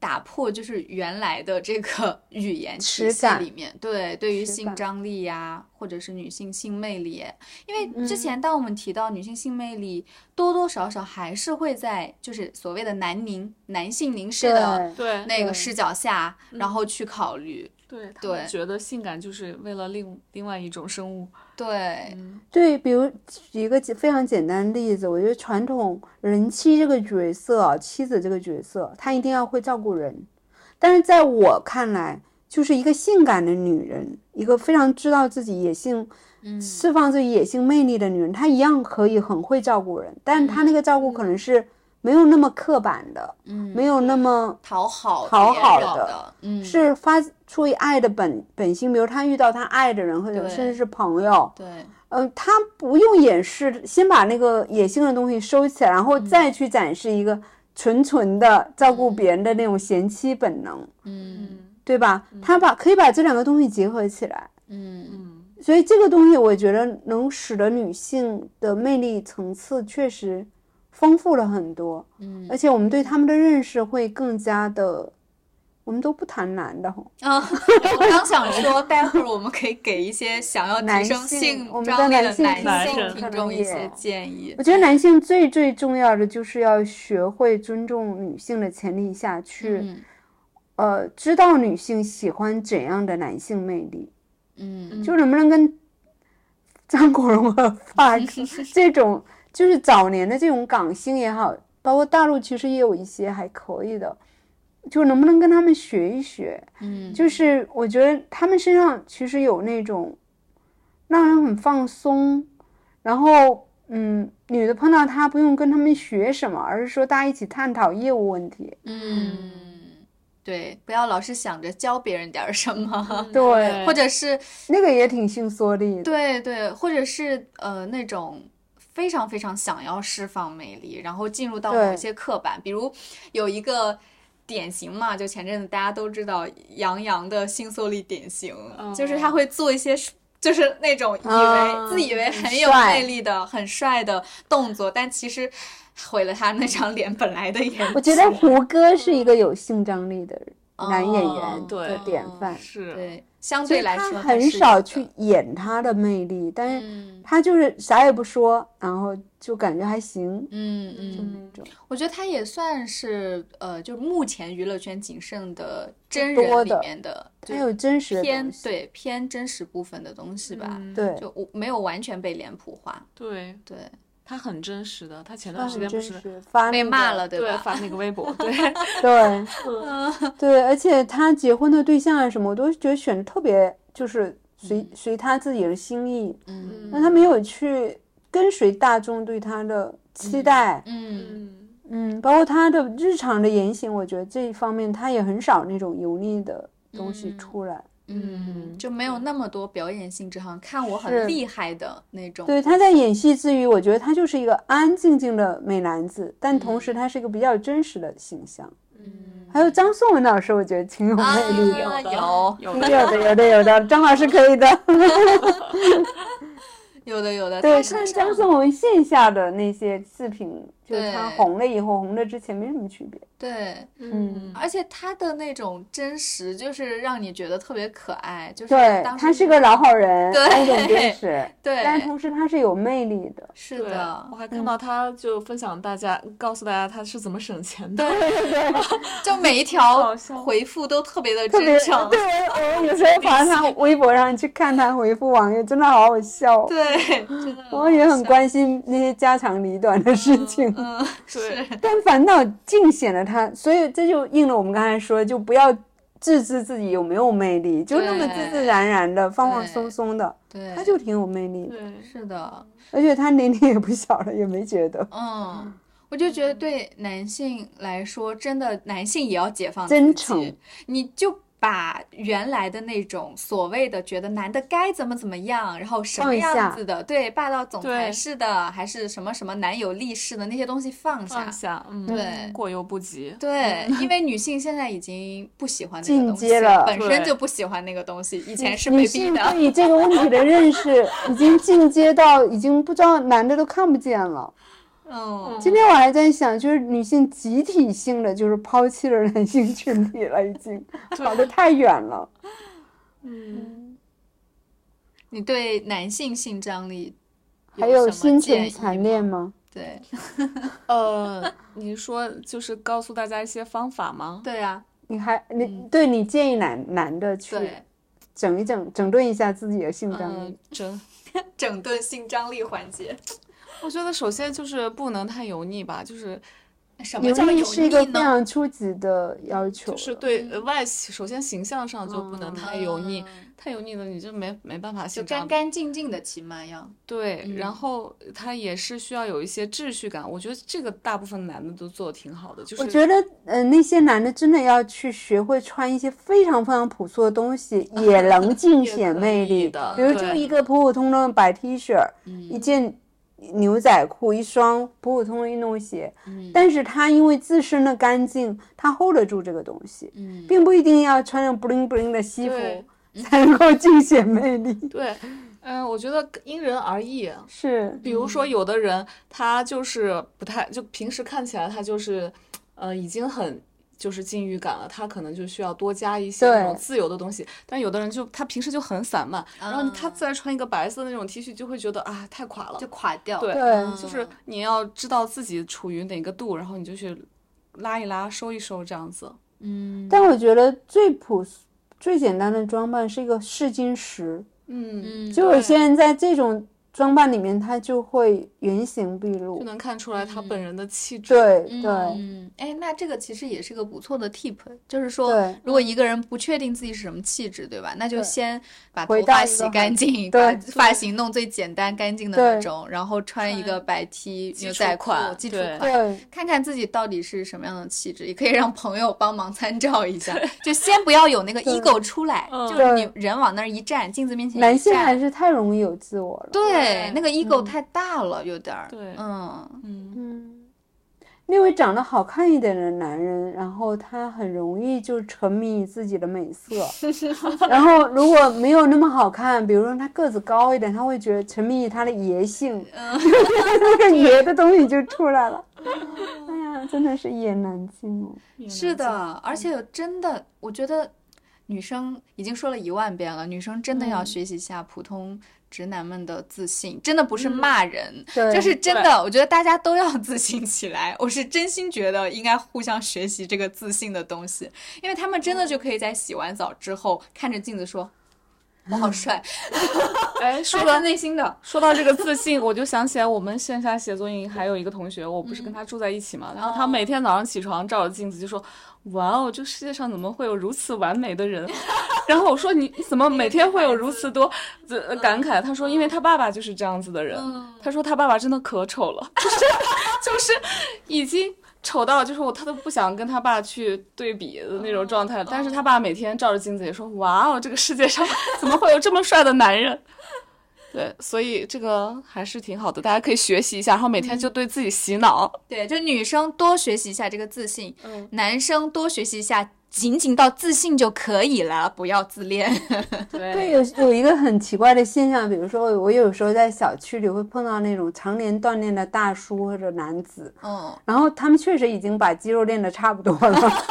Speaker 1: 打破，就是原来的这个 语言体
Speaker 2: 耻
Speaker 1: 系
Speaker 2: 感
Speaker 1: 里面，对对于
Speaker 2: 耻
Speaker 1: 性
Speaker 2: 感
Speaker 1: 张力呀、或者是女性性魅力，因为
Speaker 2: 嗯
Speaker 1: 之前当我们提到女性性魅力，多多少少还是会在就是所谓的男凝男性凝视的
Speaker 2: 对
Speaker 4: 对
Speaker 1: 那个
Speaker 2: 对嗯
Speaker 1: 视角下，然后去考虑，
Speaker 4: 对，他
Speaker 1: 嗯对
Speaker 4: 们觉得性感就是为了另另外一种生物，
Speaker 1: 对，
Speaker 2: 对，比如举一个简非常简单的例子，我觉得传统人妻这个角色啊，妻子这个角色，她一定要会照顾人。但是在我看来，就是一个性感的女人，一个非常知道自己野性，
Speaker 1: 嗯
Speaker 2: 释放自己野性魅力的女人，她一样可以很会照顾人，但她那个照顾可能是没有那么刻板的，
Speaker 1: 嗯
Speaker 2: 没有那么
Speaker 1: 讨好
Speaker 2: 讨
Speaker 1: 别
Speaker 2: 好
Speaker 1: 人
Speaker 2: 的
Speaker 1: 的，嗯，
Speaker 2: 是发出于爱的本本性。比如她遇到她爱的人，或者
Speaker 1: 对
Speaker 2: 甚至是朋友，
Speaker 1: 对，
Speaker 2: 嗯，他不用掩饰，先把那个野性的东西收起来，然
Speaker 1: 嗯
Speaker 2: 后再去展示一个纯纯的照顾别人的那种贤妻本能，
Speaker 1: 嗯
Speaker 2: 对吧？他把可以把这两个东西结合起来，
Speaker 1: 嗯
Speaker 4: 嗯，
Speaker 2: 所以这个东西我觉得能使得女性的魅力层次确实丰富了很多，
Speaker 1: 嗯
Speaker 2: 而且我们对他们的认识会更加的，我们都不谈男的吼，
Speaker 1: 啊，我刚想说，待会儿我们可以给一些想要呃提
Speaker 2: 男
Speaker 1: 升
Speaker 2: 性
Speaker 1: 性
Speaker 2: 我们
Speaker 1: 张力
Speaker 2: 的
Speaker 1: 的
Speaker 2: 男性
Speaker 1: 男
Speaker 4: 听
Speaker 1: 性听
Speaker 4: 众
Speaker 2: 可能
Speaker 1: 众一
Speaker 2: 也
Speaker 1: 些建议
Speaker 2: 我。觉得男性最最重要的就是要学会尊重女性的前提下去，
Speaker 1: 嗯
Speaker 2: 呃，知道女性喜欢怎样的男性魅力，
Speaker 1: 嗯
Speaker 2: 就能不能跟张国荣和 Fox 这种，就是早年的这种港星也好，包括大陆其实也有一些还可以的，就能不能跟他们学一学？
Speaker 1: 嗯，
Speaker 2: 就是我觉得他们身上其实有那种让人很放松，然后嗯，女的碰到他不用跟他们学什么，而是说大家一起探讨业务问题。
Speaker 1: 嗯，对，不要老是想着教别人点儿什么，
Speaker 2: 嗯对，
Speaker 1: 或者是
Speaker 2: 那个也挺性缩力的。
Speaker 1: 对对，或者是呃那种非常非常想要释放魅力，然后进入到某
Speaker 2: 对
Speaker 1: 些刻板，比如有一个典型嘛，就前阵子大家都知道杨洋的性缩力典型，就是他会做一些。就是那种以为、
Speaker 2: 啊
Speaker 1: 自以为很有
Speaker 2: 帅
Speaker 1: 魅力的、很帅的动作，但其实毁了他那张脸本来的颜
Speaker 2: 我觉得胡歌是一个有性张力的
Speaker 1: 嗯
Speaker 2: 男演员
Speaker 4: 对
Speaker 2: 嗯的典范，
Speaker 4: 是，
Speaker 1: 对，相
Speaker 2: 所
Speaker 1: 对
Speaker 2: 以
Speaker 1: 来
Speaker 2: 他
Speaker 1: 说
Speaker 2: 很
Speaker 1: 它是
Speaker 2: 少
Speaker 1: 有的
Speaker 2: 去演他的魅力，但是
Speaker 1: 嗯
Speaker 2: 他就是啥也不说，然后就感觉还行，
Speaker 1: 嗯
Speaker 2: 就
Speaker 1: 嗯，
Speaker 2: 那种。
Speaker 1: 我觉得他也算是呃，就目前娱乐圈仅剩的真
Speaker 2: 多
Speaker 1: 人里
Speaker 2: 的
Speaker 1: 面的，就
Speaker 2: 他有真实的
Speaker 1: 偏
Speaker 2: 东西，
Speaker 1: 对偏真实部分的东西吧，
Speaker 4: 嗯
Speaker 2: 对
Speaker 1: 就我没有完全被脸谱化，
Speaker 4: 对，
Speaker 1: 对，
Speaker 4: 他很真实的。他前
Speaker 2: 他
Speaker 4: 段时
Speaker 2: 很
Speaker 4: 间不
Speaker 2: 嗯真
Speaker 4: 是
Speaker 2: 实，发
Speaker 1: 被
Speaker 2: 那
Speaker 1: 骂
Speaker 2: 个
Speaker 1: 了，
Speaker 4: 对
Speaker 1: 吧？
Speaker 4: 发那个微博，对，
Speaker 2: 对，
Speaker 1: 嗯
Speaker 2: 对，而且他结婚的对象啊什么，我都觉得选得特别就是随随他自己的心意，
Speaker 1: 嗯
Speaker 2: 那他没有去跟随大众对他的期待，
Speaker 1: 嗯
Speaker 4: 嗯，
Speaker 2: 嗯，包括他的日常的言行，我觉得这一方面他也很少那种油腻的东西出来。
Speaker 1: 嗯，
Speaker 4: 嗯
Speaker 1: 就没有那么多表演性质，好像看我很
Speaker 2: 是
Speaker 1: 厉害的那种。
Speaker 2: 对，他在演戏之余，我觉得他就是一个安安静静的美男子，但同
Speaker 1: 嗯
Speaker 2: 时他是一个比较真实的形象。还有张颂文老师，我觉得挺有
Speaker 1: 啊
Speaker 2: 魅力的。
Speaker 1: 有嗯
Speaker 4: 有
Speaker 2: 有
Speaker 4: 的
Speaker 2: 的，有的，有的，张老师可 以的。
Speaker 1: 有的有的，
Speaker 2: 对，
Speaker 1: 他是
Speaker 2: 看
Speaker 1: 这
Speaker 2: 张
Speaker 1: 样
Speaker 2: 颂文线下的那些视频，就是他
Speaker 1: 对
Speaker 2: 红了以后，红了之前没什么区别。
Speaker 1: 对，
Speaker 2: 嗯，
Speaker 1: 而且他的那种真实，就是让你觉得特别可爱，就是
Speaker 2: 对，
Speaker 1: 当时
Speaker 2: 他是个老好人，
Speaker 1: 对
Speaker 2: 有点真实，
Speaker 1: 对，
Speaker 2: 但同时他是有魅力 的。
Speaker 1: 是
Speaker 4: 对，
Speaker 1: 的
Speaker 4: 我，还看到他就分享大家，告诉大家他是怎么省钱的。
Speaker 1: 就每一
Speaker 4: 好
Speaker 1: 条
Speaker 4: 笑
Speaker 1: 回复都特别的
Speaker 2: 特别
Speaker 1: 真诚，
Speaker 2: 对我，我 有时候爬他微博上去看他回复网友，真的好好笑哦。
Speaker 1: 对，真的，
Speaker 2: 我也很关心那些家长里短的事情，
Speaker 1: 嗯，
Speaker 4: 对，
Speaker 2: 但反倒尽显了他，所以这就应了我们刚才说，就不要自知自己有没有魅力，就那么
Speaker 1: 对
Speaker 2: 自自然然的、放放松松的，
Speaker 1: 对，
Speaker 2: 他就挺有魅力的。
Speaker 4: 对，
Speaker 1: 是的，
Speaker 2: 而且他年龄也不小了，也没觉得
Speaker 1: 嗯。我就觉得对男性来说，真的男性也要解放自己
Speaker 2: 真诚，
Speaker 1: 你就把原来的那种所谓的觉得男的该怎么怎么样，然后什么
Speaker 2: 放一下
Speaker 1: 样子的，对霸道总裁
Speaker 4: 对
Speaker 1: 式的，还是什么什么男友力式的那些东西放下。
Speaker 4: 放下，嗯，
Speaker 1: 对
Speaker 4: 过犹不及。
Speaker 1: 对，因为女性现在已经不喜欢那个东西
Speaker 2: 进阶了
Speaker 1: 本身
Speaker 4: 对
Speaker 1: 就不喜欢那个东西，以前是
Speaker 2: 女
Speaker 1: 被逼
Speaker 2: 性
Speaker 1: 的。
Speaker 2: 对这个问题的认识已经进阶到已经不知道男的都看不见了。
Speaker 1: 嗯，
Speaker 2: 今天我还在想，就是女性集体性的，就是抛弃了男性群体了，已经跑得太远了。
Speaker 4: 嗯，
Speaker 1: 你对男性性张力
Speaker 2: 还有
Speaker 1: 什么
Speaker 2: 心
Speaker 1: 建
Speaker 2: 存
Speaker 1: 议
Speaker 2: 残
Speaker 1: 吗？
Speaker 2: 念吗？
Speaker 1: 对
Speaker 4: 呃，你说就是告诉大家一些方法吗？
Speaker 1: 对啊，
Speaker 2: 你还你、对你建议男男的去
Speaker 1: 对，
Speaker 2: 整一整整顿一下自己的性张力
Speaker 4: 嗯，，真，
Speaker 1: 整顿性张力环节。
Speaker 4: 我觉得首先就是不能太油腻吧，就是
Speaker 1: 什么
Speaker 2: 油
Speaker 1: 叫
Speaker 2: 腻
Speaker 1: 油
Speaker 2: 是一个
Speaker 1: 腻
Speaker 2: 非
Speaker 1: 呢？
Speaker 2: 常初级的要求
Speaker 4: 就
Speaker 2: 了，
Speaker 4: 是对呃外形，首先形象上就不能太油腻，
Speaker 1: 嗯
Speaker 4: 太油腻了你就没没办法
Speaker 1: 就
Speaker 4: 性
Speaker 1: 干
Speaker 4: 张力。
Speaker 1: 干净净的，起码要。
Speaker 4: 对，
Speaker 2: 嗯
Speaker 4: 然后他也是需要有一些秩序感，我觉得这个大部分男的都做的挺好的，就是
Speaker 2: 我觉得，呃，那些男的真的要去学会穿一些非常非常朴素的东西，也能尽显魅力
Speaker 4: 也可以的
Speaker 2: 比如就
Speaker 4: 对
Speaker 2: 一个普普通通的白 T 恤，
Speaker 5: 嗯
Speaker 2: 一件牛仔裤，一双普普通通的运动鞋。但是他因为自身的干净，他 hold 得住这个东西，并不一定要穿上 bling bling 的西服
Speaker 4: 对
Speaker 2: 才能够尽显魅力。
Speaker 4: 对，嗯、我觉得因人而异。
Speaker 2: 是，
Speaker 4: 比如说，有的人他就是不太，就平时看起来他就是，呃，已经很就是禁欲感了，他可能就需要多加一些那种
Speaker 2: 对
Speaker 4: 自由的东西。但有的人就他平时就很散漫，然
Speaker 2: 啊
Speaker 4: 后他再穿一个白色的那种 T 恤，就会觉得啊太垮了
Speaker 1: 就。垮掉。
Speaker 4: 对
Speaker 2: 对
Speaker 4: 就是你要知道自己处于哪个度，然后你就去拉一拉、收一收这样子。
Speaker 2: 但我觉得最朴素、最简单的装扮是一个试金石。
Speaker 4: 嗯，
Speaker 2: 就有些人在这种装扮里面他就会原形毕露
Speaker 4: 就。能看出来他本人的气质。
Speaker 2: 对对
Speaker 5: 嗯，哎，那这个其实也是个不错的 tip，就是说，
Speaker 2: 对，
Speaker 5: 如果一个人不确定自己是什么气质，对吧？那就
Speaker 2: 对
Speaker 5: 先把头
Speaker 2: 回到
Speaker 5: 发
Speaker 2: 一个
Speaker 5: 洗
Speaker 2: 很
Speaker 5: 干净，
Speaker 2: 对
Speaker 5: 把发型弄最简单干净的
Speaker 2: 对
Speaker 5: 那种，然后穿一个白 T
Speaker 4: 基
Speaker 5: 牛
Speaker 4: 础
Speaker 5: 仔裤
Speaker 4: 款，
Speaker 5: 基础
Speaker 4: 对
Speaker 5: 款。
Speaker 2: 对
Speaker 5: 看看自己到底是什么样的气质，也可以让朋友帮忙参照一下。就先不要有那个 ego 出来，
Speaker 4: 嗯
Speaker 5: 就是你人往那儿一站，镜子面前一
Speaker 2: 男性
Speaker 5: 站
Speaker 2: 还嗯是太容易有自我了。
Speaker 5: 对
Speaker 4: 对
Speaker 5: 那个 ego 太大了，有点儿。
Speaker 4: 对
Speaker 5: 嗯，
Speaker 4: 嗯，
Speaker 2: 嗯，因为长得好看一点的男人，然后他很容易就沉迷于自己的美 色，然后如果没有那么好看，比如说他个子高一点，他会觉得沉迷于他的爷性，
Speaker 5: 嗯
Speaker 2: 那个爷的东西就出来 了。
Speaker 5: 嗯
Speaker 2: 哎呀，真的是一言难尽哦。
Speaker 5: 是的，而且真的，我觉得女生已经说了一万遍了，女生真的要学习一下普通直男们的自信，真的不是骂人，
Speaker 2: 对，
Speaker 5: 就是真的，我觉得大家都要 自信起来。我是真心觉得应该互相学习这个自信的东西，因为他们真的就可以在洗完澡之后看着镜子说。我好 帅，
Speaker 4: 哎，说
Speaker 5: 嗯发
Speaker 4: 到
Speaker 5: 自内心的，
Speaker 4: 说到这个自信，我就想起来我们线下写作营还有一个同学，我不是跟他住在一起嘛，然后他每天早上起床照着镜子就说：“哇哦，这世界上怎么会有如此完美的人？”然后我说你：“你怎么每天会有如此多呃感慨？”他说：“因为他爸爸就是这样子的人。他说：“他爸爸真的可丑了，就是 就是已经。”丑到就是我，他都不想跟他爸去对比的那种状态。但是他爸每天照着镜子也说：“哇哦，这个世界上怎么会有这么帅的男人？”对，所以这个还是挺好的，大家可以学习一下，然后每天就对自己洗脑。
Speaker 5: 对，就女生多学习一下这个自信，男生多学习一下，仅仅到自信就可以了，不要自恋。
Speaker 2: 对，
Speaker 4: 对，
Speaker 2: 有有一个很奇怪的现象，比如说我有时候在小区里会碰到那种常年锻炼的大叔或者男子，
Speaker 5: 嗯，
Speaker 2: 然后他们确实已经把肌肉练得差不多了。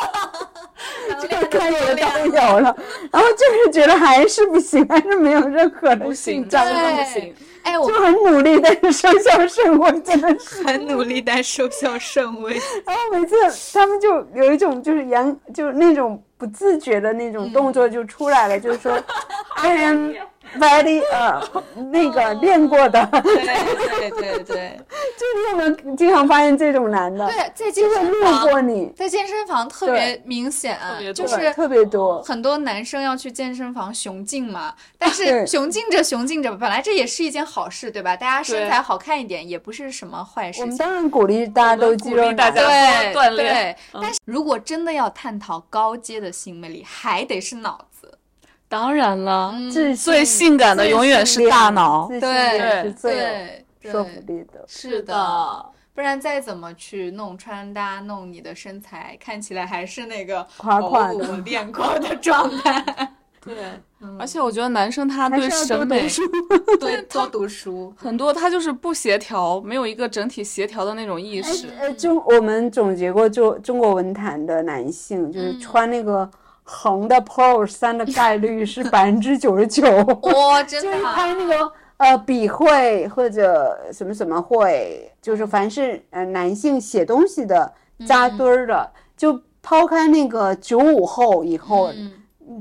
Speaker 2: 该有的都有了，然后就是觉得还是不行， 还是没有任何的
Speaker 4: 不行，
Speaker 2: 进
Speaker 4: 这
Speaker 2: 展，
Speaker 4: 样
Speaker 5: 对
Speaker 4: 不行。
Speaker 5: 哎，我
Speaker 2: 就很努力，但是生效甚微，真的 是。
Speaker 5: 很努力，但收效甚微。
Speaker 2: 然后每次他们就有一种就是扬，就是那种不自觉的那种动作就出来了，就是说 I am very 呃那个练过的，
Speaker 5: 对对对对
Speaker 2: 就是我们经常发现这种男的，
Speaker 5: 对，在
Speaker 2: 就
Speaker 5: 健
Speaker 2: 会
Speaker 5: 身
Speaker 2: 路
Speaker 5: 房，
Speaker 2: 过你，
Speaker 5: 在健身房特别明显
Speaker 4: 别，
Speaker 5: 就
Speaker 4: 多
Speaker 5: 是
Speaker 2: 特别多。
Speaker 5: 很多男生要去健身房雄竞嘛，但是
Speaker 2: 对
Speaker 5: 雄竞着雄竞着，本来这也是一件好事，对吧？大家身材好看一点也不是什么坏事
Speaker 2: 我们
Speaker 5: 情。
Speaker 2: 当然鼓励大家都肌肉
Speaker 4: 我们鼓励大
Speaker 2: 男，
Speaker 4: 家
Speaker 5: 对
Speaker 4: 多锻炼
Speaker 5: 对但是如果真的要探讨高阶的性魅力，还得是脑子。
Speaker 4: 当然了，
Speaker 2: 自
Speaker 4: 嗯最
Speaker 2: 信
Speaker 4: 性感的永远是大脑。
Speaker 2: 自信
Speaker 5: 对
Speaker 2: 也是最有
Speaker 5: 对
Speaker 2: 说服
Speaker 5: 对，
Speaker 2: 力的。
Speaker 5: 是的，不然再怎么去弄穿搭、弄你的身材，看起来还是那个
Speaker 2: 垮垮
Speaker 5: 哦
Speaker 2: 的
Speaker 5: 我练过的状 态。
Speaker 4: 对，而且我觉得男生他对
Speaker 2: 还是要
Speaker 4: 审
Speaker 2: 多
Speaker 4: 美
Speaker 2: 读 书。
Speaker 5: 多多读 书，
Speaker 4: 很多，他就是不协调，没有一个整体协调的那种意识。
Speaker 2: 呃，就我们总结过就中国文坛的男性，
Speaker 4: 嗯
Speaker 2: 就是穿那个横的 polo 衫的概率 是百分之九十九，
Speaker 5: 哇、真
Speaker 2: 就是
Speaker 5: 的啊、
Speaker 2: 他那个呃笔会或者什么什么会，就是凡是呃男性写东西的
Speaker 4: 嗯
Speaker 2: 扎堆儿的，就抛开那个九五后以后，
Speaker 5: 嗯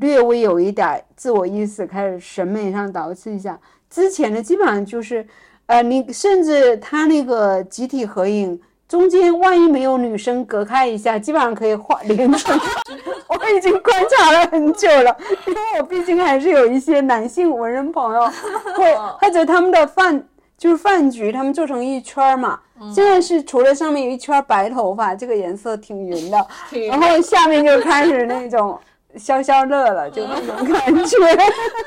Speaker 2: 略微有一点儿自我意识，开始审美上捯饬一下。之前的基本上就是，呃，你甚至他那个集体合影中间，万一没有女生隔开一下，基本上可以画连成。 我已经观察了很久了，因为我毕竟还是有一些男性文人朋友会，或者他们的饭就是饭局，他们做成一圈儿嘛。现在是除了上面有一圈儿白头发，这个颜色挺匀的，然后下面就开始那种消消乐了，就那种感觉。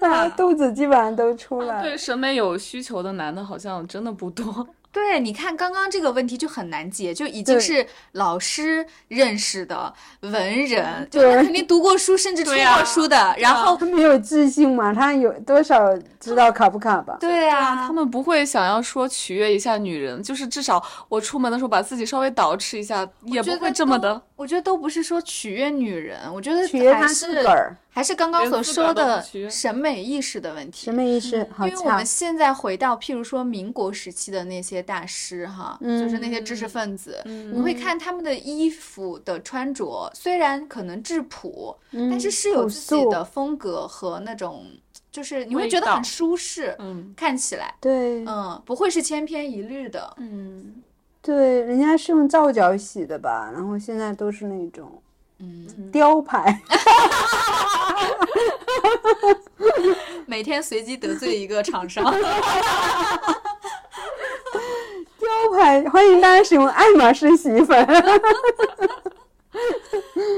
Speaker 2: 啊，肚子基本上都出来了。
Speaker 4: 对审美有需求的男的，好像真的不多。
Speaker 5: 对，你看刚刚这个问题就很难解，就已经
Speaker 2: 对
Speaker 5: 是老师认识的文人，就
Speaker 2: 对
Speaker 5: 他肯定读过书，甚至出
Speaker 4: 对啊
Speaker 5: 过书的，然后
Speaker 2: 他们有自信嘛？他有多少知道卡不卡吧？
Speaker 5: 对啊
Speaker 4: 他，们不会想要说取悦一下女人，就是至少我出门的时候把自己稍微捯饬一下，也
Speaker 5: 觉
Speaker 4: 不
Speaker 5: 得
Speaker 4: 会这么的。
Speaker 5: 我觉得都不是说取悦女人，我觉得
Speaker 2: 取悦
Speaker 5: 还
Speaker 2: 他
Speaker 5: 是
Speaker 2: 自个儿，
Speaker 5: 还是刚刚所
Speaker 4: 连自个儿
Speaker 5: 说
Speaker 4: 都不
Speaker 5: 的
Speaker 4: 取悦
Speaker 5: 审美意识的问题
Speaker 2: 审。美意识好
Speaker 5: 因为我
Speaker 2: 强
Speaker 5: 们。现在回到，譬如说民国时期的那些大师哈，
Speaker 2: 嗯
Speaker 5: 就是那些知识分子，
Speaker 1: 嗯
Speaker 4: 嗯
Speaker 5: 嗯你会看他们的衣服的穿着，虽然可能质朴，但是是有
Speaker 2: 嗯朴
Speaker 5: 自己
Speaker 2: 素
Speaker 5: 的风格和那种，就是你
Speaker 4: 味
Speaker 5: 会觉得
Speaker 4: 道
Speaker 5: 很舒适，
Speaker 4: 嗯
Speaker 5: 看起来，
Speaker 2: 对
Speaker 5: 嗯，不会是千篇一律的。
Speaker 4: 嗯
Speaker 2: 对，人家是用皂角洗的吧？然后现在都是那种
Speaker 5: 嗯
Speaker 2: 雕牌，
Speaker 5: 每天随机得罪一个 厂商，
Speaker 2: 雕牌欢迎大家使用爱马仕洗衣粉。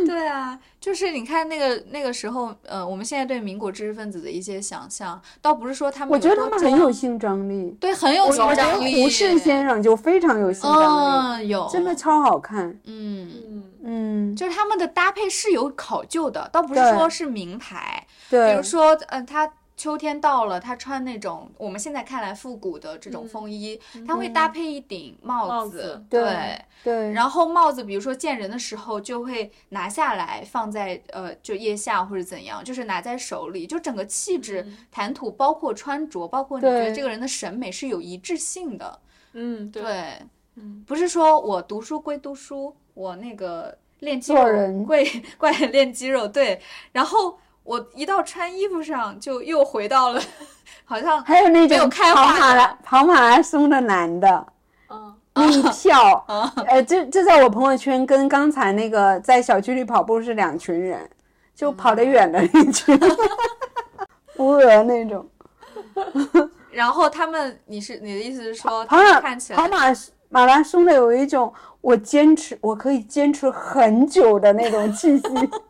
Speaker 5: 对啊，就是你看那个那个时候，呃，我们现在对民国知识分子的一些想象，倒不是说他们，
Speaker 2: 我觉得他们很有，性张力。
Speaker 5: 对，很有
Speaker 2: 我我
Speaker 5: 想
Speaker 2: 觉得
Speaker 5: 象力。
Speaker 2: 胡适先生就非常有性张力，
Speaker 5: 嗯，有
Speaker 2: 真的，超好看。
Speaker 5: 嗯，
Speaker 4: 嗯，
Speaker 2: 嗯，
Speaker 5: 就是他们的搭配是有考究的，倒不是
Speaker 2: 对
Speaker 5: 说是名牌，比
Speaker 2: 对
Speaker 5: 如，说，嗯、他。秋天到了，他穿那种我们现在看来复古的这种风衣，他会搭配一顶帽
Speaker 4: 帽
Speaker 5: 子，
Speaker 4: 子
Speaker 2: 嗯对
Speaker 5: 对
Speaker 2: 对，
Speaker 5: 然后帽子，比如说见人的时候就会拿下来放在呃就腋下或者怎样，就是拿在手里，就整个气质、谈吐，包括穿着，包括你觉得
Speaker 2: 对
Speaker 5: 这个人的审美是有一致性的。
Speaker 4: 嗯，对，
Speaker 5: 对，
Speaker 4: 嗯
Speaker 5: 不是说我读书归读书，我那个练肌
Speaker 2: 做
Speaker 5: 肉
Speaker 2: 人
Speaker 5: 归怪 练肌肉，对。然后我一到穿衣服上，就又回到了 好像
Speaker 2: 还有那
Speaker 5: 没有
Speaker 2: 种
Speaker 5: 开
Speaker 2: 跑
Speaker 5: 化
Speaker 2: 马
Speaker 5: 的
Speaker 2: 拉跑马拉松的男的。
Speaker 4: 嗯
Speaker 2: 那一
Speaker 5: 哦
Speaker 2: 票，呃，这这在我朋友圈跟刚才那个在小区里跑步是两群人，就跑
Speaker 5: 哦
Speaker 2: 得远的那群， 无额那种。
Speaker 5: 然后他们，你是你的意思是说，
Speaker 2: 跑
Speaker 5: 他们
Speaker 2: 马
Speaker 5: 看起
Speaker 2: 啊跑
Speaker 5: 来哦
Speaker 2: 马马拉松的有一种我坚持，我可以坚持很久的那种气息。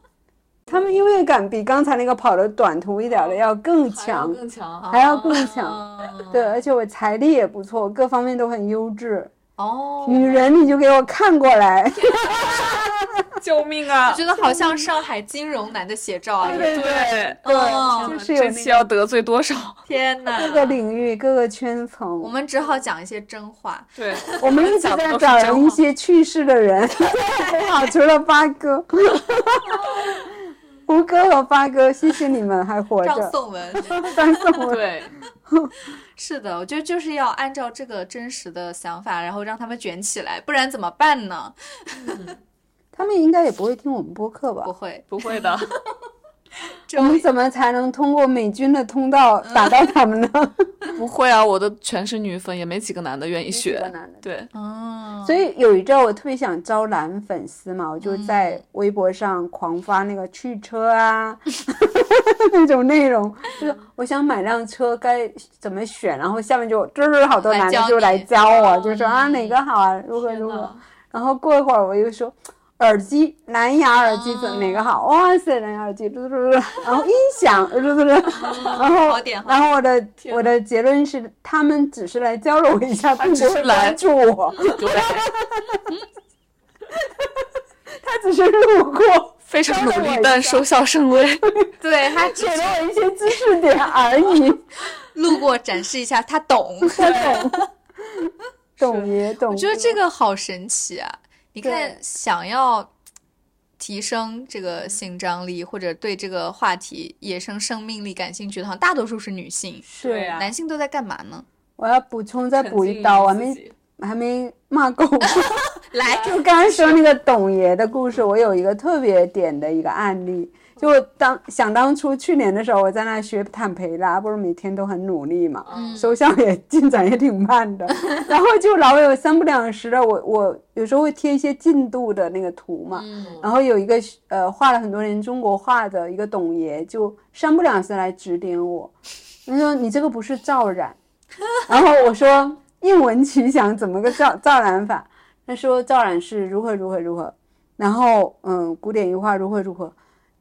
Speaker 2: 他们优越感比刚才那个跑的短途一点的要更
Speaker 4: 还要
Speaker 2: 强，
Speaker 4: 更嗯强，
Speaker 2: 还要更强。
Speaker 5: 嗯
Speaker 2: 对，而且我财力也不错，各方面都很优质。
Speaker 5: 哦，
Speaker 2: 女人，你就给我看过来。
Speaker 4: 救命啊！
Speaker 5: 觉得好像上海金融男的写照啊！
Speaker 2: 对
Speaker 4: 对，
Speaker 5: 嗯，
Speaker 2: 就是有
Speaker 4: 这期要得罪多少？
Speaker 5: 天哪！
Speaker 2: 各个领域、各个圈层，
Speaker 5: 我们只好讲一些真话。
Speaker 4: 对，
Speaker 2: 我们一直
Speaker 4: 讲的
Speaker 2: 在
Speaker 4: 都是
Speaker 2: 找
Speaker 4: 真
Speaker 2: 人一
Speaker 4: 话
Speaker 2: 些去世的人， 好，除了八哥， 胡歌和八哥，谢谢你们还 活
Speaker 5: 张
Speaker 2: 着，
Speaker 5: 颂文
Speaker 2: 张颂文，
Speaker 4: 对，
Speaker 5: 是的，我觉得就是要按照这个真实的想法，然后让他们卷起来，不然怎么办呢？
Speaker 2: 他们应该也不会听我们播客吧
Speaker 5: 不？会，
Speaker 4: 不会的，
Speaker 2: 我们怎么才能通过美军的通道打到他们呢？
Speaker 4: 不会啊！我的全是女粉，也没几个男的愿意
Speaker 2: 几
Speaker 4: 学
Speaker 2: 个男的。
Speaker 4: 对，
Speaker 5: 嗯，
Speaker 2: 所以有一阵儿我特别想招男粉丝嘛，我就
Speaker 5: 嗯
Speaker 2: 在微博上狂发那个去车 啊那种内容，就是我想买辆车该怎么选，然后下面就就是好多
Speaker 5: 来
Speaker 2: 男的
Speaker 5: 教
Speaker 2: 就
Speaker 5: 你
Speaker 2: 来教我，
Speaker 5: 哦
Speaker 2: 就说啊哪个好啊，如何如何。然后过一会儿我又说。耳机，蓝牙耳机
Speaker 5: 哦
Speaker 2: 怎哪个好？哇塞，蓝牙耳机，嘟嘟嘟，然后音 响，嘟嘟嘟，然后
Speaker 5: 哦好点好
Speaker 2: 然后我的我的结论是，他们只是来教了我一下，并
Speaker 4: 只
Speaker 2: 不
Speaker 4: 是
Speaker 2: 会
Speaker 4: 来
Speaker 2: 关注我。
Speaker 4: 对，
Speaker 2: 他只是路过，
Speaker 4: 非常努
Speaker 2: 教了我
Speaker 4: 力
Speaker 2: 一，
Speaker 4: 但
Speaker 2: 下
Speaker 4: 收效甚微。
Speaker 5: 对他
Speaker 2: 给了我一些知识点而 已。
Speaker 5: 路过展示一下，他懂。
Speaker 2: 他懂，懂也懂。
Speaker 5: 我觉得这个好神奇啊！你看
Speaker 2: 对，
Speaker 5: 想要提升这个性张力，或者对这个话题野生生命力感兴趣的，好像大多数是女性。
Speaker 2: 是
Speaker 4: 对啊
Speaker 5: 男性都在干嘛呢？
Speaker 2: 我要补充，再补一刀，我还没还没骂够。
Speaker 5: 来，
Speaker 2: 就刚才说那个董爷的故事，我有一个特别点的一个案例。就我当想当初去年的时候，我在那学坦培拉，不是每天都很努力嘛，
Speaker 4: 嗯
Speaker 2: 收效也进展也挺慢的，然后就老有三不两时的，我我有时候会贴一些进度的那个图嘛，然后有一个呃画了很多年中国画的一个董爷，就三不两时来指点我，他说你这个不是照染， 然后我说应闻其详，怎么个照照染法？他说照染是如何如何如何，然后嗯，古典油画如何如何。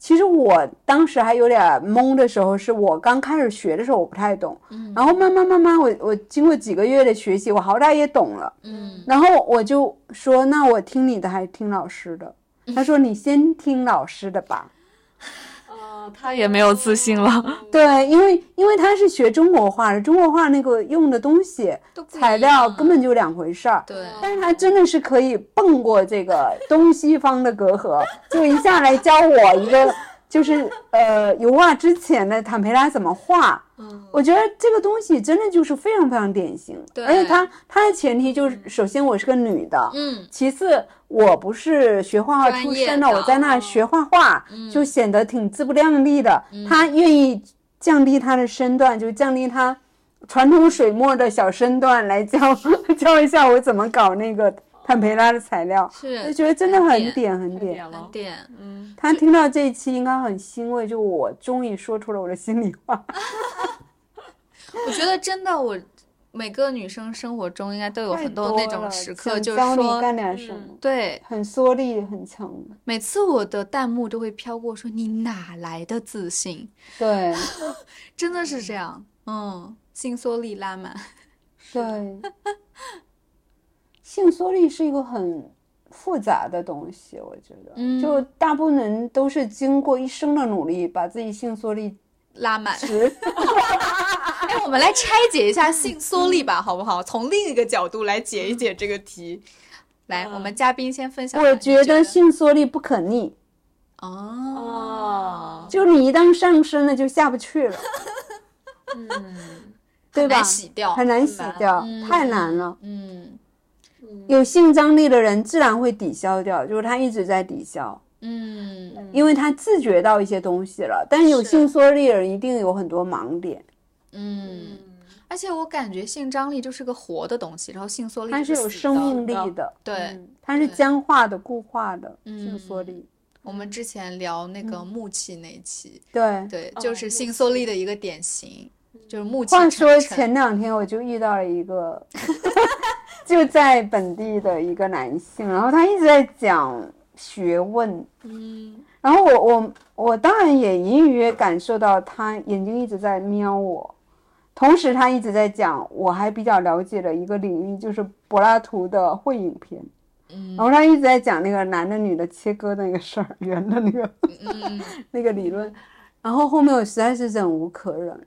Speaker 2: 其实我当时还有点懵的时候，是我刚开始学的时候我不太懂，然后慢慢慢慢我我经过几个月的学习，我好歹也懂了，
Speaker 5: 嗯，
Speaker 2: 然后我就说那我
Speaker 5: 嗯
Speaker 2: 听你的还是听老师的？他说你先听老师的吧。
Speaker 4: 有，他也没有自信了。
Speaker 2: 对，因为因为他是学中国画的，中国画那个用的东西
Speaker 5: 都不一样啊
Speaker 2: 材料根本就两回事儿。
Speaker 5: 对
Speaker 2: 但是他真的是可以蹦过这个东西方的隔阂， 就一下来教我一个，就是呃油画之前的坦培拉怎么画。
Speaker 5: 嗯
Speaker 2: 我觉得这个东西真的就是非常非常典型，
Speaker 5: 对
Speaker 2: 而且它它的前提就是，首先我是个女的，
Speaker 5: 嗯，
Speaker 2: 其次我不是学画画出身的，
Speaker 5: 专业的嗯
Speaker 2: 我在那学画画，就显得挺自不量力的。
Speaker 5: 嗯
Speaker 2: 他愿意降低他的身段，就降低他传统水墨的小身段来教 教一下我怎么搞那个坦培拉的材料，
Speaker 5: 是
Speaker 2: 就觉得真的很
Speaker 5: 很
Speaker 2: 点很点。
Speaker 4: 点
Speaker 5: 很
Speaker 4: 了，
Speaker 5: 点，
Speaker 4: 嗯，
Speaker 2: 他听到这一期应该很欣慰，就我终于说出了我的心里话。
Speaker 5: 我觉得真的我。每个女生生活中应该都有
Speaker 2: 太
Speaker 5: 很多
Speaker 2: 多
Speaker 5: 那种
Speaker 2: 了
Speaker 5: 时刻，
Speaker 2: 想
Speaker 5: 就是
Speaker 2: 教你
Speaker 5: 说，嗯
Speaker 2: 干点什么，
Speaker 5: 对，
Speaker 2: 很缩力，很强。
Speaker 5: 每次我的弹幕都会飘过说你哪来的自信？
Speaker 2: 对
Speaker 5: 真的是这样，嗯，性缩力拉满，
Speaker 2: 对， 性缩力是一个很复杂的东西，我觉得，
Speaker 5: 嗯
Speaker 2: 就大部分人都是经过一生的努力，把自己性缩力
Speaker 5: 拉满。
Speaker 2: 值。
Speaker 5: 哎，我们来拆解一下性缩 力吧，好不好？从另一个角度来解一解这个题。来，我们嘉宾先分享吧。
Speaker 2: 嗯我
Speaker 5: 你
Speaker 2: 觉得
Speaker 5: 得
Speaker 2: 性缩力不可逆，
Speaker 5: 哦，
Speaker 4: 哦，
Speaker 2: 就你一旦上升了，就下不去 了，
Speaker 4: 嗯
Speaker 2: 对吧
Speaker 5: 难？洗掉，
Speaker 2: 很难洗
Speaker 4: 难
Speaker 2: 掉，
Speaker 5: 嗯
Speaker 2: 太难了。
Speaker 5: 嗯
Speaker 2: 有性张力的人自然会抵消掉，就是他一直在抵消，
Speaker 5: 嗯，
Speaker 2: 因为他自觉到一些东西了。但有
Speaker 5: 是
Speaker 2: 性缩力的人一定有很多盲点，
Speaker 5: 嗯，而且我感觉性张力就是个活的东西，然后性缩力
Speaker 2: 它
Speaker 5: 就
Speaker 2: 有
Speaker 5: 是死
Speaker 2: 生
Speaker 5: 的
Speaker 2: 命力的，
Speaker 5: 对，
Speaker 2: 嗯，它是
Speaker 5: 对
Speaker 2: 僵化的、固化的
Speaker 5: 嗯
Speaker 2: 性缩力。
Speaker 5: 我们之前聊那
Speaker 2: 嗯
Speaker 5: 个木气那一期，
Speaker 2: 对，
Speaker 5: 对，
Speaker 4: 哦
Speaker 5: 就是
Speaker 4: 木
Speaker 5: 性缩力的一个典型，就是木气
Speaker 2: 话
Speaker 5: 沉沉。
Speaker 2: 嗯说前两天我就遇到了一个， 就在本地的一个男性，然后他一直在讲学问，
Speaker 5: 嗯
Speaker 2: 然后我我我当然也隐隐约感受到他眼睛一直在瞄我，同时他一直在讲我还比较了解的一个领域就是柏拉图的会影片，
Speaker 5: 嗯
Speaker 2: 然后他一直在讲那个男的女的切割的那个事儿，圆的那个
Speaker 5: 嗯嗯，
Speaker 2: 那个理论，然后后面我实在是忍无可忍，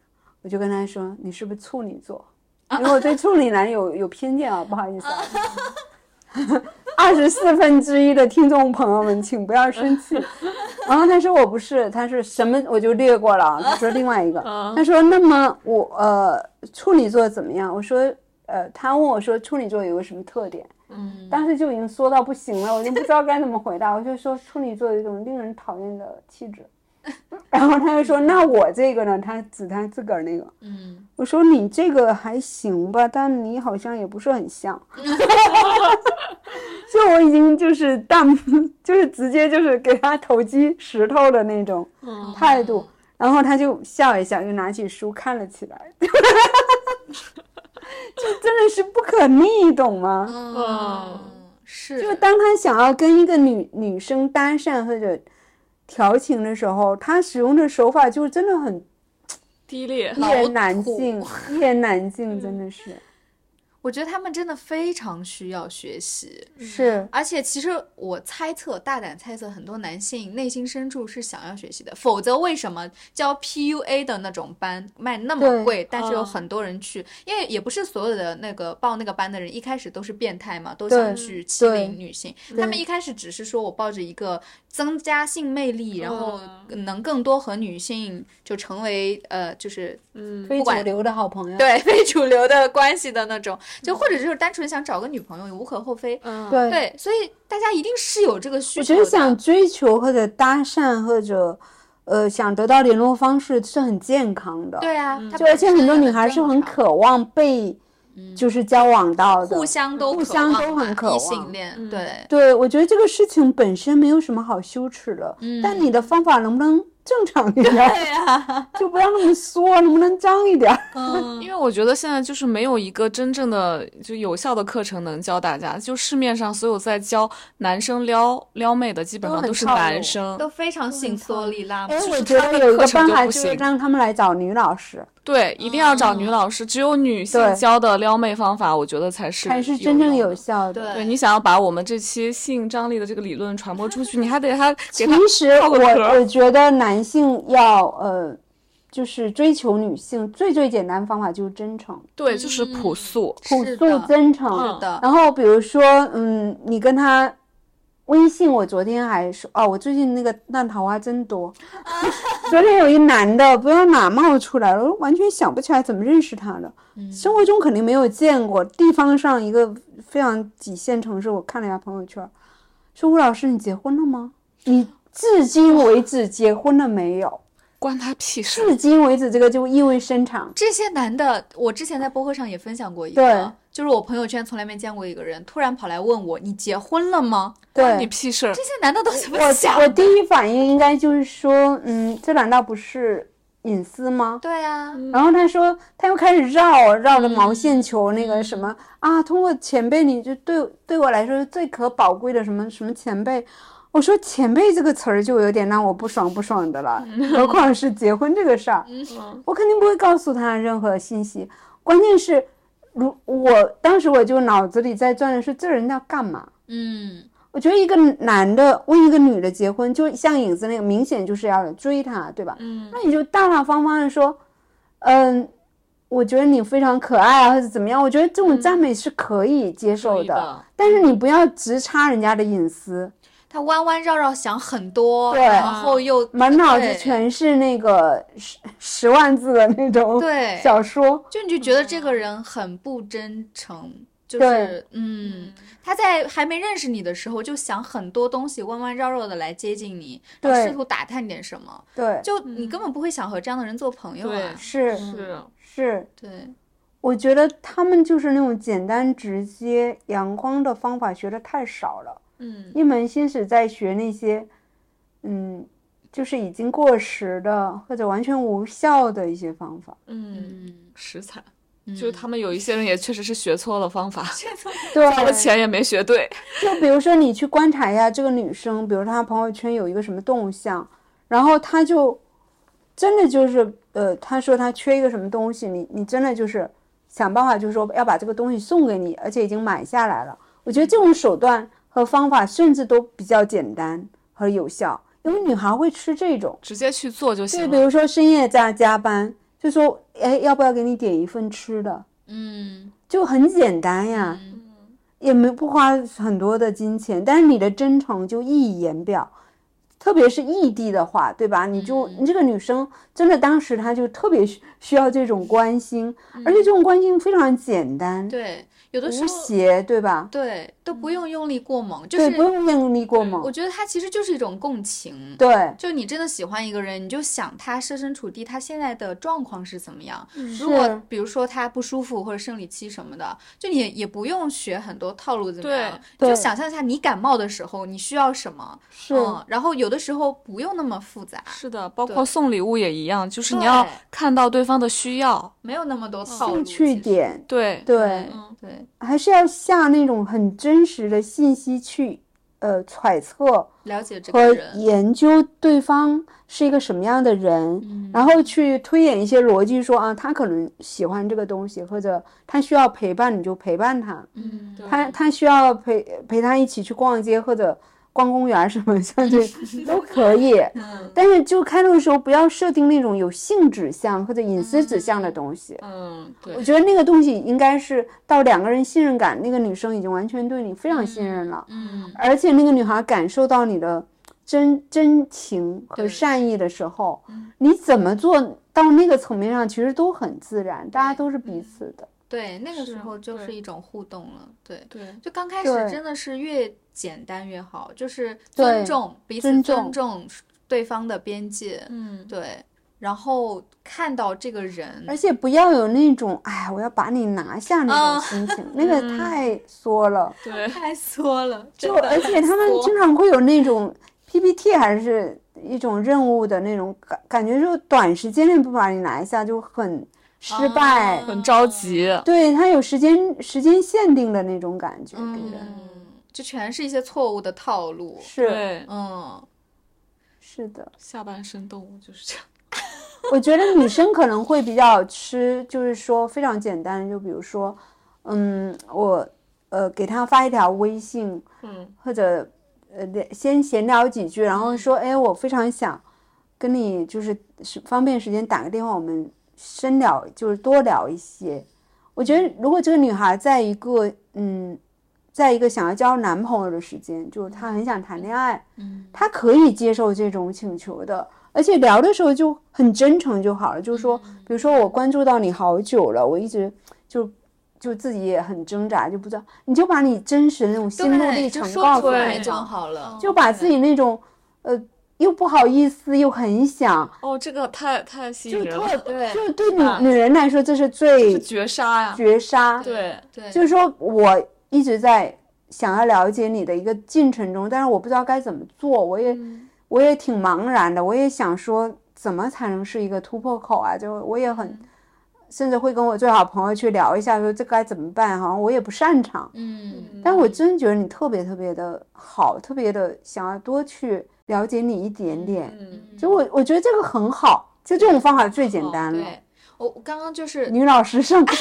Speaker 2: 我就跟他说你是不是处女座？因为我对处女男有有偏见啊，不好意思啊。 二十四分之一的听众朋友们，请不要生气。然后他说我不是，他说什么我就略过了啊。他说另外一个，他说那么我呃处女座怎么样？我说呃，他问我说处女座有个什么特点？
Speaker 5: 嗯，
Speaker 2: 当时就已经说到不行了，我就不知道该怎么回答。我就说处女座有一种令人讨厌的气质。然后他就说那我这个呢？他指他自个儿那个。
Speaker 5: 嗯，
Speaker 2: 我说你这个还行吧，但你好像也不是很像。 就我已经就是弹幕， 就是直接就是给他投机石头的那种态度，然后他就笑一笑，又拿起书看了起来， 就真的是不可逆，懂吗？
Speaker 4: 哦
Speaker 5: 嗯，是，
Speaker 2: 就当他想要跟一个女女生搭讪或者调情的时候，他使用的手法就真的很
Speaker 4: 低劣
Speaker 2: 一，言难尽，一言难尽，真的是。
Speaker 5: 我觉得他们真的非常需要学习。
Speaker 2: 是，
Speaker 5: 而且，其实我猜测，大胆猜测，很多男性内心深处是想要学习的，否则为什么教 PUA 的那种班卖那么
Speaker 2: 对
Speaker 5: 贵，但是有
Speaker 4: 嗯
Speaker 5: 很多人去？因为也不是所有的那个报那个班的人一开始都是变态嘛，都想
Speaker 2: 对
Speaker 5: 去欺
Speaker 2: 对
Speaker 5: 凌女性。他们一开始只是说我抱着一个增加性魅力，然后
Speaker 2: 嗯
Speaker 5: 能更多和女性就成为呃，就是
Speaker 4: 嗯，
Speaker 2: 非
Speaker 5: 不管
Speaker 2: 主流的好朋友。
Speaker 5: 对非主流的关系的那种，就或者就是单纯想找个女朋友，也无可厚非。
Speaker 4: 嗯，
Speaker 2: 对，
Speaker 5: 对，所以大家一定是有这个需
Speaker 2: 我
Speaker 5: 求
Speaker 2: 觉
Speaker 5: 的。
Speaker 2: 得想追求或者搭讪或者，呃，想得到联络方式是很健康的。，
Speaker 5: 对啊，它
Speaker 2: 就而且
Speaker 5: 本身
Speaker 2: 很多
Speaker 5: 也
Speaker 2: 女孩是
Speaker 5: 正
Speaker 2: 很
Speaker 5: 常
Speaker 2: 渴望被，就是交往到的。
Speaker 5: 嗯互相都
Speaker 2: 互
Speaker 5: 渴
Speaker 2: 相
Speaker 5: 望
Speaker 2: 都
Speaker 5: 嘛
Speaker 2: 很渴
Speaker 5: 异性
Speaker 2: 望
Speaker 5: 恋，
Speaker 4: 嗯
Speaker 5: 对，
Speaker 2: 对，我觉得这个事情本身没有什么好羞耻的，
Speaker 5: 嗯
Speaker 2: 但你的方法能不能正常一点？对呀、
Speaker 5: 啊
Speaker 2: 就不要那么缩，能不能张一点儿？
Speaker 4: 因为我觉得现在就是没有一个真正的就有效的课程能教大家，就市面上所有在教男生撩撩妹的，基本上都是
Speaker 2: 都很套路
Speaker 4: 男生，
Speaker 5: 都非常性缩力拉
Speaker 2: 哎
Speaker 5: 满。，
Speaker 2: 我觉得有一
Speaker 4: 课
Speaker 2: 个
Speaker 4: 程
Speaker 2: 办
Speaker 4: 就
Speaker 2: 法就
Speaker 4: 不
Speaker 2: 是
Speaker 4: 行
Speaker 2: 让他们来找女老师，
Speaker 4: 对，一定要找女老师，只有女性
Speaker 2: 嗯对
Speaker 4: 教的撩妹方法，我觉得才是
Speaker 2: 才是真正
Speaker 4: 有用
Speaker 2: 有
Speaker 4: 的。
Speaker 2: 效的。
Speaker 5: 对
Speaker 4: 对你想要把我 们这期性张力的这个理论传播出去，你还得还给他
Speaker 2: 其实
Speaker 4: 套个
Speaker 2: 我
Speaker 4: 壳儿
Speaker 2: 我觉得男男性要呃，就是追求女性最最简单的方法就是真诚，
Speaker 4: 对，就是
Speaker 2: 嗯
Speaker 4: 朴素，
Speaker 2: 朴
Speaker 5: 是
Speaker 2: 素
Speaker 5: 的
Speaker 2: 真诚。
Speaker 5: 是的，
Speaker 2: 然后比如说，嗯，你跟他微信，我昨天还说，哦，我最近那个烂桃花真 多。昨天有一男的，不知道哪冒出来了，我完全想不起来怎么认识他的。
Speaker 5: 嗯
Speaker 2: 生活中肯定没有见过，地方上一个非常几线城市，我看了一下朋友圈，说吴老师，你结婚了吗？你至今为止结婚了没有？
Speaker 4: 关他屁事。
Speaker 2: 至今为止，这个就意味深长。
Speaker 5: 这些男的，我之前在播客上也分享过一个
Speaker 2: 对，
Speaker 5: 就是我朋友圈从来没见过一个人突然跑来问我你结婚了吗？
Speaker 2: 对，
Speaker 4: 你屁事儿
Speaker 5: 这，些男的都怎么想
Speaker 2: 我我？第一反应应该就是说，嗯，这难道不是隐私吗？
Speaker 5: 对啊，
Speaker 2: 然后他说，他又开始绕绕着毛线球那个什么、啊，通过前辈，你就对对我来说是最可宝贵的什么什么前辈。我说前辈这个词儿就有点让我不爽不爽的了，何况是结婚这个事儿，我肯定不会告诉他任何信息。关键是，如我当时我就脑子里在转的是，这人要干嘛？
Speaker 5: 嗯，
Speaker 2: 我觉得一个男的问一个女的结婚，就像影子那个，明显就是要追她，对吧？嗯，那你就大大方方的说，嗯，我觉得你非常可爱啊，或者怎么样？我觉得这种赞美是可以接受
Speaker 4: 嗯可以的嗯
Speaker 2: 但是你不要直插人家的隐私，
Speaker 5: 他弯弯绕绕想很多，
Speaker 2: 对嗯
Speaker 5: 然后又
Speaker 2: 满脑子
Speaker 5: 对
Speaker 2: 全是那个十十万字的那种
Speaker 5: 对
Speaker 2: 小说，
Speaker 5: 就你就觉得这个人很不真诚，就
Speaker 2: 嗯对
Speaker 5: 是嗯，他在还没认识你的时候就想很多东西，弯弯绕绕的来接近你，然后
Speaker 2: 对
Speaker 5: 试图打探点什么，
Speaker 2: 对，
Speaker 5: 就你根本不会想和这样的人做朋友啊。
Speaker 2: 是
Speaker 4: 是
Speaker 2: 是，
Speaker 5: 对，
Speaker 2: 我觉得他们就是那种简单直接、阳光的方法学的太少了。
Speaker 5: 嗯，
Speaker 2: 一门心思在学那些，嗯，就是已经过时的或者完全无效的一些方法。
Speaker 4: 嗯，
Speaker 5: 嗯，
Speaker 4: 实惨。就是他们有一些人也确实是学错了方法，
Speaker 2: 对，
Speaker 4: 花了钱也没学对。
Speaker 2: 就比如说你去观察一下这个女生，比如她朋友圈有一个什么动向，然后她就真的就是，呃，她说她缺一个什么东西，你你真的就是想办法，就是说要把这个东西送给你，而且已经买下来了。我觉得这种手段和方法甚至都比较简单和有效，因为女孩会吃这种。
Speaker 4: 直接去做就
Speaker 2: 就
Speaker 4: 行
Speaker 2: 比
Speaker 4: 了。
Speaker 2: 如说深夜在加班，就说哎，要不要给你点一份吃的？
Speaker 5: 嗯，
Speaker 2: 就很简单呀，也没不花很多的金钱，但是你的真诚就溢于言表，特别是异地的话，对吧？你
Speaker 5: 嗯
Speaker 2: 就你这个女生真的当时她就特别需需要这种关心，而且这种关心非常简单，
Speaker 5: 嗯对，有的时
Speaker 2: 无
Speaker 5: 候
Speaker 2: 邪，对吧？
Speaker 5: 对都不用用力过猛，就
Speaker 2: 对，不
Speaker 5: 是
Speaker 2: 用用力过
Speaker 5: 我
Speaker 2: 猛，
Speaker 5: 觉得他其实就是一种共情。
Speaker 2: 对，
Speaker 5: 就你真的喜欢一个人，你就想他设身处地，他现在的状况是怎么样。如
Speaker 2: 是
Speaker 5: 果比如说他不舒服或者生理期什么的，就你也也不用学很多套路怎么样，
Speaker 2: 对对
Speaker 5: 就想象一下你感冒的时候你需要什么，
Speaker 2: 是
Speaker 5: 嗯，然后有的时候不用那么复杂，
Speaker 4: 是的，包
Speaker 5: 对
Speaker 4: 括送礼物也一样，就是你
Speaker 5: 对
Speaker 4: 要看到对方的需要。
Speaker 5: 没有那么多套路。
Speaker 2: 兴趣
Speaker 5: 其实，
Speaker 2: 点，
Speaker 4: 对，
Speaker 2: 对。
Speaker 5: 嗯，对，
Speaker 2: 还是要下那种很真实的信息去，呃，揣测
Speaker 5: 了解这
Speaker 2: 和
Speaker 5: 个人，
Speaker 2: 研究对方是一个什么样的人，
Speaker 5: 嗯
Speaker 2: 然后去推演一些逻辑说，啊，他可能喜欢这个东西，或者他需要陪伴，你就陪伴他，
Speaker 5: 嗯，
Speaker 2: 他他需要陪陪他一起去逛街或者逛公园什么， 像 这都可以。但是就开头的时候不要设定那种有性指向或者隐私指向的东西。
Speaker 4: 嗯，
Speaker 2: 我
Speaker 4: 对，
Speaker 2: 觉得那个东西应该是到两个人信任感，那个女生已经完全对你非常信任了，
Speaker 5: 嗯，
Speaker 2: 而且那个女孩感受到你的真真情和善意的时候，
Speaker 5: 嗯
Speaker 2: 你怎么做到那个层面上，其实都很自然，大家都是彼此的。
Speaker 5: 对，那个时
Speaker 4: 是
Speaker 5: 候就是
Speaker 4: 对
Speaker 5: 一种互动了，对。
Speaker 4: 对，
Speaker 5: 就刚开始
Speaker 2: 对
Speaker 5: 真的是越简单越好，就是
Speaker 2: 对
Speaker 5: 尊重彼此，
Speaker 2: 尊
Speaker 5: 尊
Speaker 2: 重
Speaker 5: 重对方的边界，
Speaker 4: 嗯，
Speaker 5: 对，然后看到这个人，
Speaker 2: 而且不要有那种“哎，我要把你拿下”那
Speaker 5: 嗯
Speaker 2: 种心 情，那个太缩了。
Speaker 4: 对，
Speaker 5: 太缩了，
Speaker 2: 就而且他们经常会有那种 PPT 还是一种任务的那种感感觉，就短时间内不把你拿下就很失败。
Speaker 5: 啊
Speaker 4: 很着急。
Speaker 2: 对他有时间时间限定的那种感觉给人，
Speaker 5: 嗯，就全是一些错误的套路，
Speaker 2: 是
Speaker 4: 对，
Speaker 5: 嗯，
Speaker 2: 是的，
Speaker 4: 下半身动物就是这样。
Speaker 2: 我觉得女生可能会比较吃，就是说非常简单，就比如说，嗯，我呃给他发一条微信，
Speaker 4: 嗯，
Speaker 2: 或者呃聊先闲聊几句，然后说，哎，我非常想跟你就是是方便时间打个电话，我们深聊，就是多聊一些。我觉得如果这个女孩在一个嗯，在一个想要交男朋友的时间，就是她很想谈恋爱，嗯，她可以接受这种请求的。而且聊的时候就很真诚就好了，就是说，
Speaker 5: 嗯
Speaker 2: 比如说我关注到你好久了，我一直就就自己也很挣扎，就不知道，你就把你真实的那种心路
Speaker 5: 对，
Speaker 2: 历
Speaker 5: 就
Speaker 2: 程
Speaker 5: 说
Speaker 2: 告
Speaker 5: 出
Speaker 2: 诉
Speaker 5: 来
Speaker 2: 他，
Speaker 5: 就好了。
Speaker 2: 就把自己那种呃又不好意思又很想，
Speaker 4: 哦，这个太太吸
Speaker 2: 就
Speaker 4: 引人了，
Speaker 2: 特
Speaker 5: 对
Speaker 2: 就对女女人来说这是最
Speaker 4: 是绝杀呀、
Speaker 2: 绝杀，
Speaker 4: 对，
Speaker 5: 对，
Speaker 2: 就是说我一直在想要了解你的一个进程中，但是我不知道该怎么做，我也、我也挺茫然的，我也想说怎么才能是一个突破口啊？就我也很，甚至会跟我最好朋友去聊一下，说这该怎么办？好像我也不擅长，
Speaker 5: 嗯，
Speaker 2: 但我真觉得你特别特别的好，特别的想要多去了解你一点点。
Speaker 4: 嗯，
Speaker 2: 就我我觉得这个很好，就这种方法最简单了。
Speaker 5: 对。我我刚刚就是
Speaker 2: 女老师上 课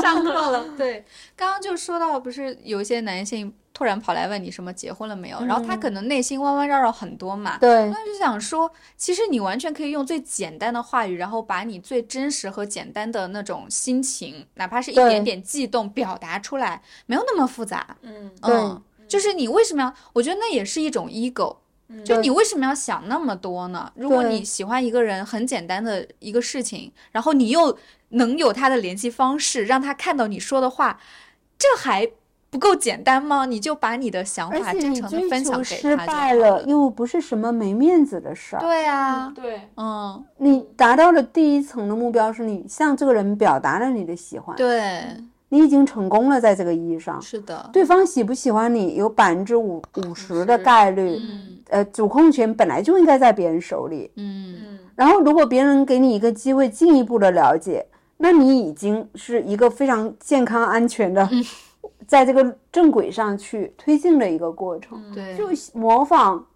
Speaker 5: 上课了。对，刚刚就说到，不是有一些男性突然跑来问你什么结婚了没有，然后他可能内心弯弯绕绕很多嘛。
Speaker 2: 嗯对
Speaker 5: 那就想说，其实你完全可以用最简单的话语，然后把你最真实和简单的那种心情，哪怕是一
Speaker 2: 对
Speaker 5: 点点悸动，表达出来，没有那么复杂。
Speaker 4: 嗯
Speaker 5: 嗯，就是你为什么要？我觉得那也是一种 ego。就
Speaker 2: 嗯对
Speaker 5: 你为什么要想那么多呢？如果
Speaker 2: 对
Speaker 5: 你喜欢一个人，很简单的一个事情，然后你又能有他的联系方式，让他看到你说的话，这还不够简单吗？你就把你的想
Speaker 2: 而
Speaker 5: 法
Speaker 2: 且
Speaker 5: 真
Speaker 2: 你
Speaker 5: 诚的
Speaker 2: 追
Speaker 5: 分享
Speaker 2: 求
Speaker 5: 给
Speaker 2: 失
Speaker 5: 他就好
Speaker 2: 败了，。又不是什么没面子的事儿。
Speaker 5: 对啊，
Speaker 4: 对，
Speaker 5: 嗯，
Speaker 2: 你达到了第一层的目标，是你向这个人表达了你的喜欢，
Speaker 5: 对，
Speaker 2: 你已经成功了，在这个意义上，
Speaker 5: 是的，
Speaker 2: 对方喜不喜欢你有百分之五五十的概率。
Speaker 5: 嗯
Speaker 2: 呃，主控权本来就应该在别人手里。
Speaker 5: 嗯，
Speaker 4: 嗯
Speaker 2: 然后，如果别人给你一个机会进一步的了解，那你已经是一个非常健康、安全的，
Speaker 5: 嗯
Speaker 2: 在这个正轨上去推进的一个过程。
Speaker 5: 嗯对，
Speaker 2: 嗯就模仿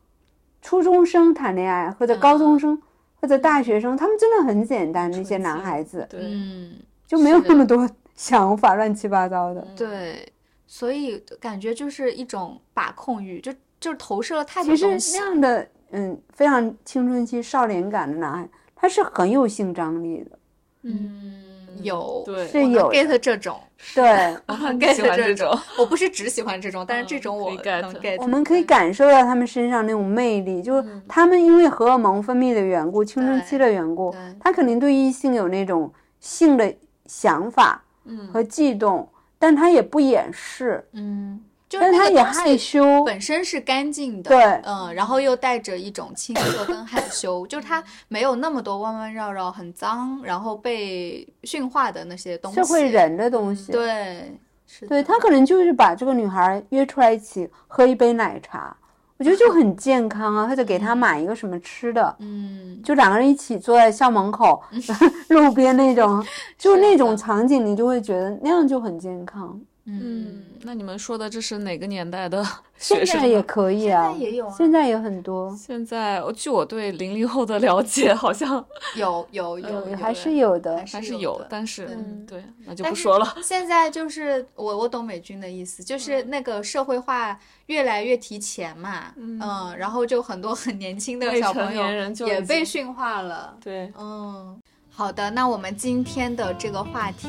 Speaker 2: 初中生谈恋爱，或者高中生，
Speaker 5: 嗯
Speaker 2: 或者大学生，他们真的很简单，那些男孩子
Speaker 4: 对，
Speaker 5: 嗯，
Speaker 2: 就没有
Speaker 5: 是的
Speaker 2: 那么多想法，乱七八糟
Speaker 5: 嗯
Speaker 2: 的。
Speaker 5: 对，所以感觉就是一种把控欲，就就是投射了太
Speaker 2: 其
Speaker 5: 多
Speaker 2: 实
Speaker 5: 东西
Speaker 2: 那。样的，嗯，非常青春期少年感的男孩，他是很有性张力的，
Speaker 5: 嗯，有，
Speaker 4: 对
Speaker 2: 是
Speaker 5: 我能
Speaker 2: 有的
Speaker 5: get 这种，
Speaker 2: 对，
Speaker 5: 我
Speaker 4: 很
Speaker 5: 很
Speaker 4: 喜
Speaker 5: get
Speaker 4: 欢这种，
Speaker 5: 我不是只喜欢这种，但是这种我
Speaker 4: 嗯可以 get 嗯
Speaker 5: 能 get。
Speaker 2: 我们可以感受到他们身上那种魅力，就是他们因为荷尔蒙分泌的缘故，青春期的缘故
Speaker 5: 嗯对，
Speaker 2: 他肯定对异性有那种性的想法
Speaker 4: 嗯
Speaker 2: 和悸动，但他也不掩饰，
Speaker 5: 嗯，就是
Speaker 2: 但他
Speaker 5: 那
Speaker 2: 也
Speaker 5: 个东
Speaker 2: 害
Speaker 5: 西
Speaker 2: 羞。
Speaker 5: 本身是干净的，
Speaker 2: 对
Speaker 5: 嗯，然后又带着一种清澈跟害羞，就是他没有那么多弯弯绕绕、很脏，然后被驯化的那些东西。嗯
Speaker 2: 社会人的东西，
Speaker 5: 对，是
Speaker 2: 对
Speaker 5: 的，
Speaker 2: 他可能就是把这个女孩约出来一起喝一杯奶茶，我觉得就很健康啊，或者给她买一个什么吃的，
Speaker 5: 嗯，
Speaker 2: 就两个人一起坐在校门口、 路边那 种，就是那
Speaker 5: 的
Speaker 2: 种场景，你就会觉得那样就很健康。
Speaker 5: 嗯，
Speaker 4: 那你们说的这是哪个年代的学
Speaker 2: 现
Speaker 4: 生
Speaker 2: 在
Speaker 4: 呢？
Speaker 2: 也可以啊，
Speaker 5: 现在也有啊
Speaker 2: 现在也很多，
Speaker 4: 现在，哦我据我对零零后的了解，好像
Speaker 5: 有有有有，
Speaker 2: 还是有的
Speaker 5: 还。是
Speaker 4: 还是
Speaker 5: 有
Speaker 4: 有
Speaker 5: 的，
Speaker 4: 但是
Speaker 5: 嗯
Speaker 4: 对，那就
Speaker 5: 但
Speaker 4: 不
Speaker 5: 是
Speaker 4: 说了。
Speaker 5: 现在就是我我懂美军的意思，就是
Speaker 4: 嗯
Speaker 5: 那个社会化越来越提前嘛，嗯，然后就很多很年轻的
Speaker 4: 未
Speaker 5: 小朋
Speaker 4: 成
Speaker 5: 友
Speaker 4: 年人就
Speaker 5: 也
Speaker 4: 已
Speaker 5: 被
Speaker 4: 经
Speaker 5: 驯化了，
Speaker 4: 对，
Speaker 5: 嗯。好的，那我们今天的这个话题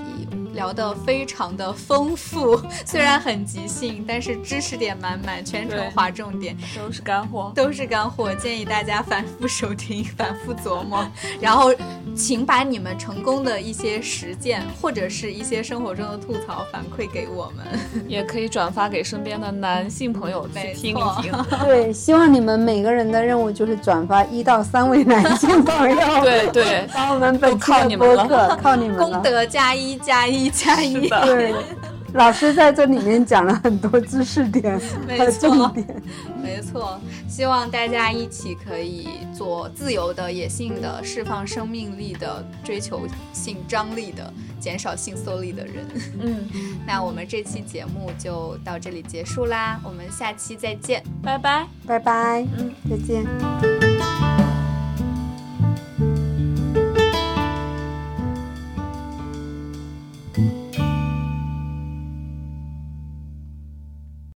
Speaker 5: 聊得非常的丰富， 虽然很即兴，但是知识点满满，全程
Speaker 4: 对
Speaker 5: 划重点，
Speaker 4: 都是干货。
Speaker 5: 都是干货，建议大家反复收听、反复琢磨，然后请把你们成功的一些实践或者是一些生活中的吐槽反馈给我们。
Speaker 4: 也可以转发给身边的男性朋友去
Speaker 5: 没
Speaker 4: 听
Speaker 5: 错
Speaker 4: 一 听。
Speaker 2: 对，希望你们每个人的任务就是转发一到三位男性朋 友。
Speaker 4: 对对，
Speaker 2: 把我们本期
Speaker 4: 靠
Speaker 2: 的
Speaker 4: 你们
Speaker 2: 播
Speaker 4: 了
Speaker 2: 客靠你们了。
Speaker 5: 功德加一加一加一，
Speaker 2: 对，老师在这里面讲了很多知识点
Speaker 5: 没
Speaker 2: 和
Speaker 5: 错
Speaker 2: 重点。
Speaker 5: 没错。希望大家一起可以做自由的、野性的、释放生命力的、追求性张力的、减少性缩力的人。
Speaker 4: 嗯，
Speaker 5: 那我们这期节目就到这里结束啦，我们下期再见。
Speaker 4: 拜拜。
Speaker 2: 拜拜，嗯，再见。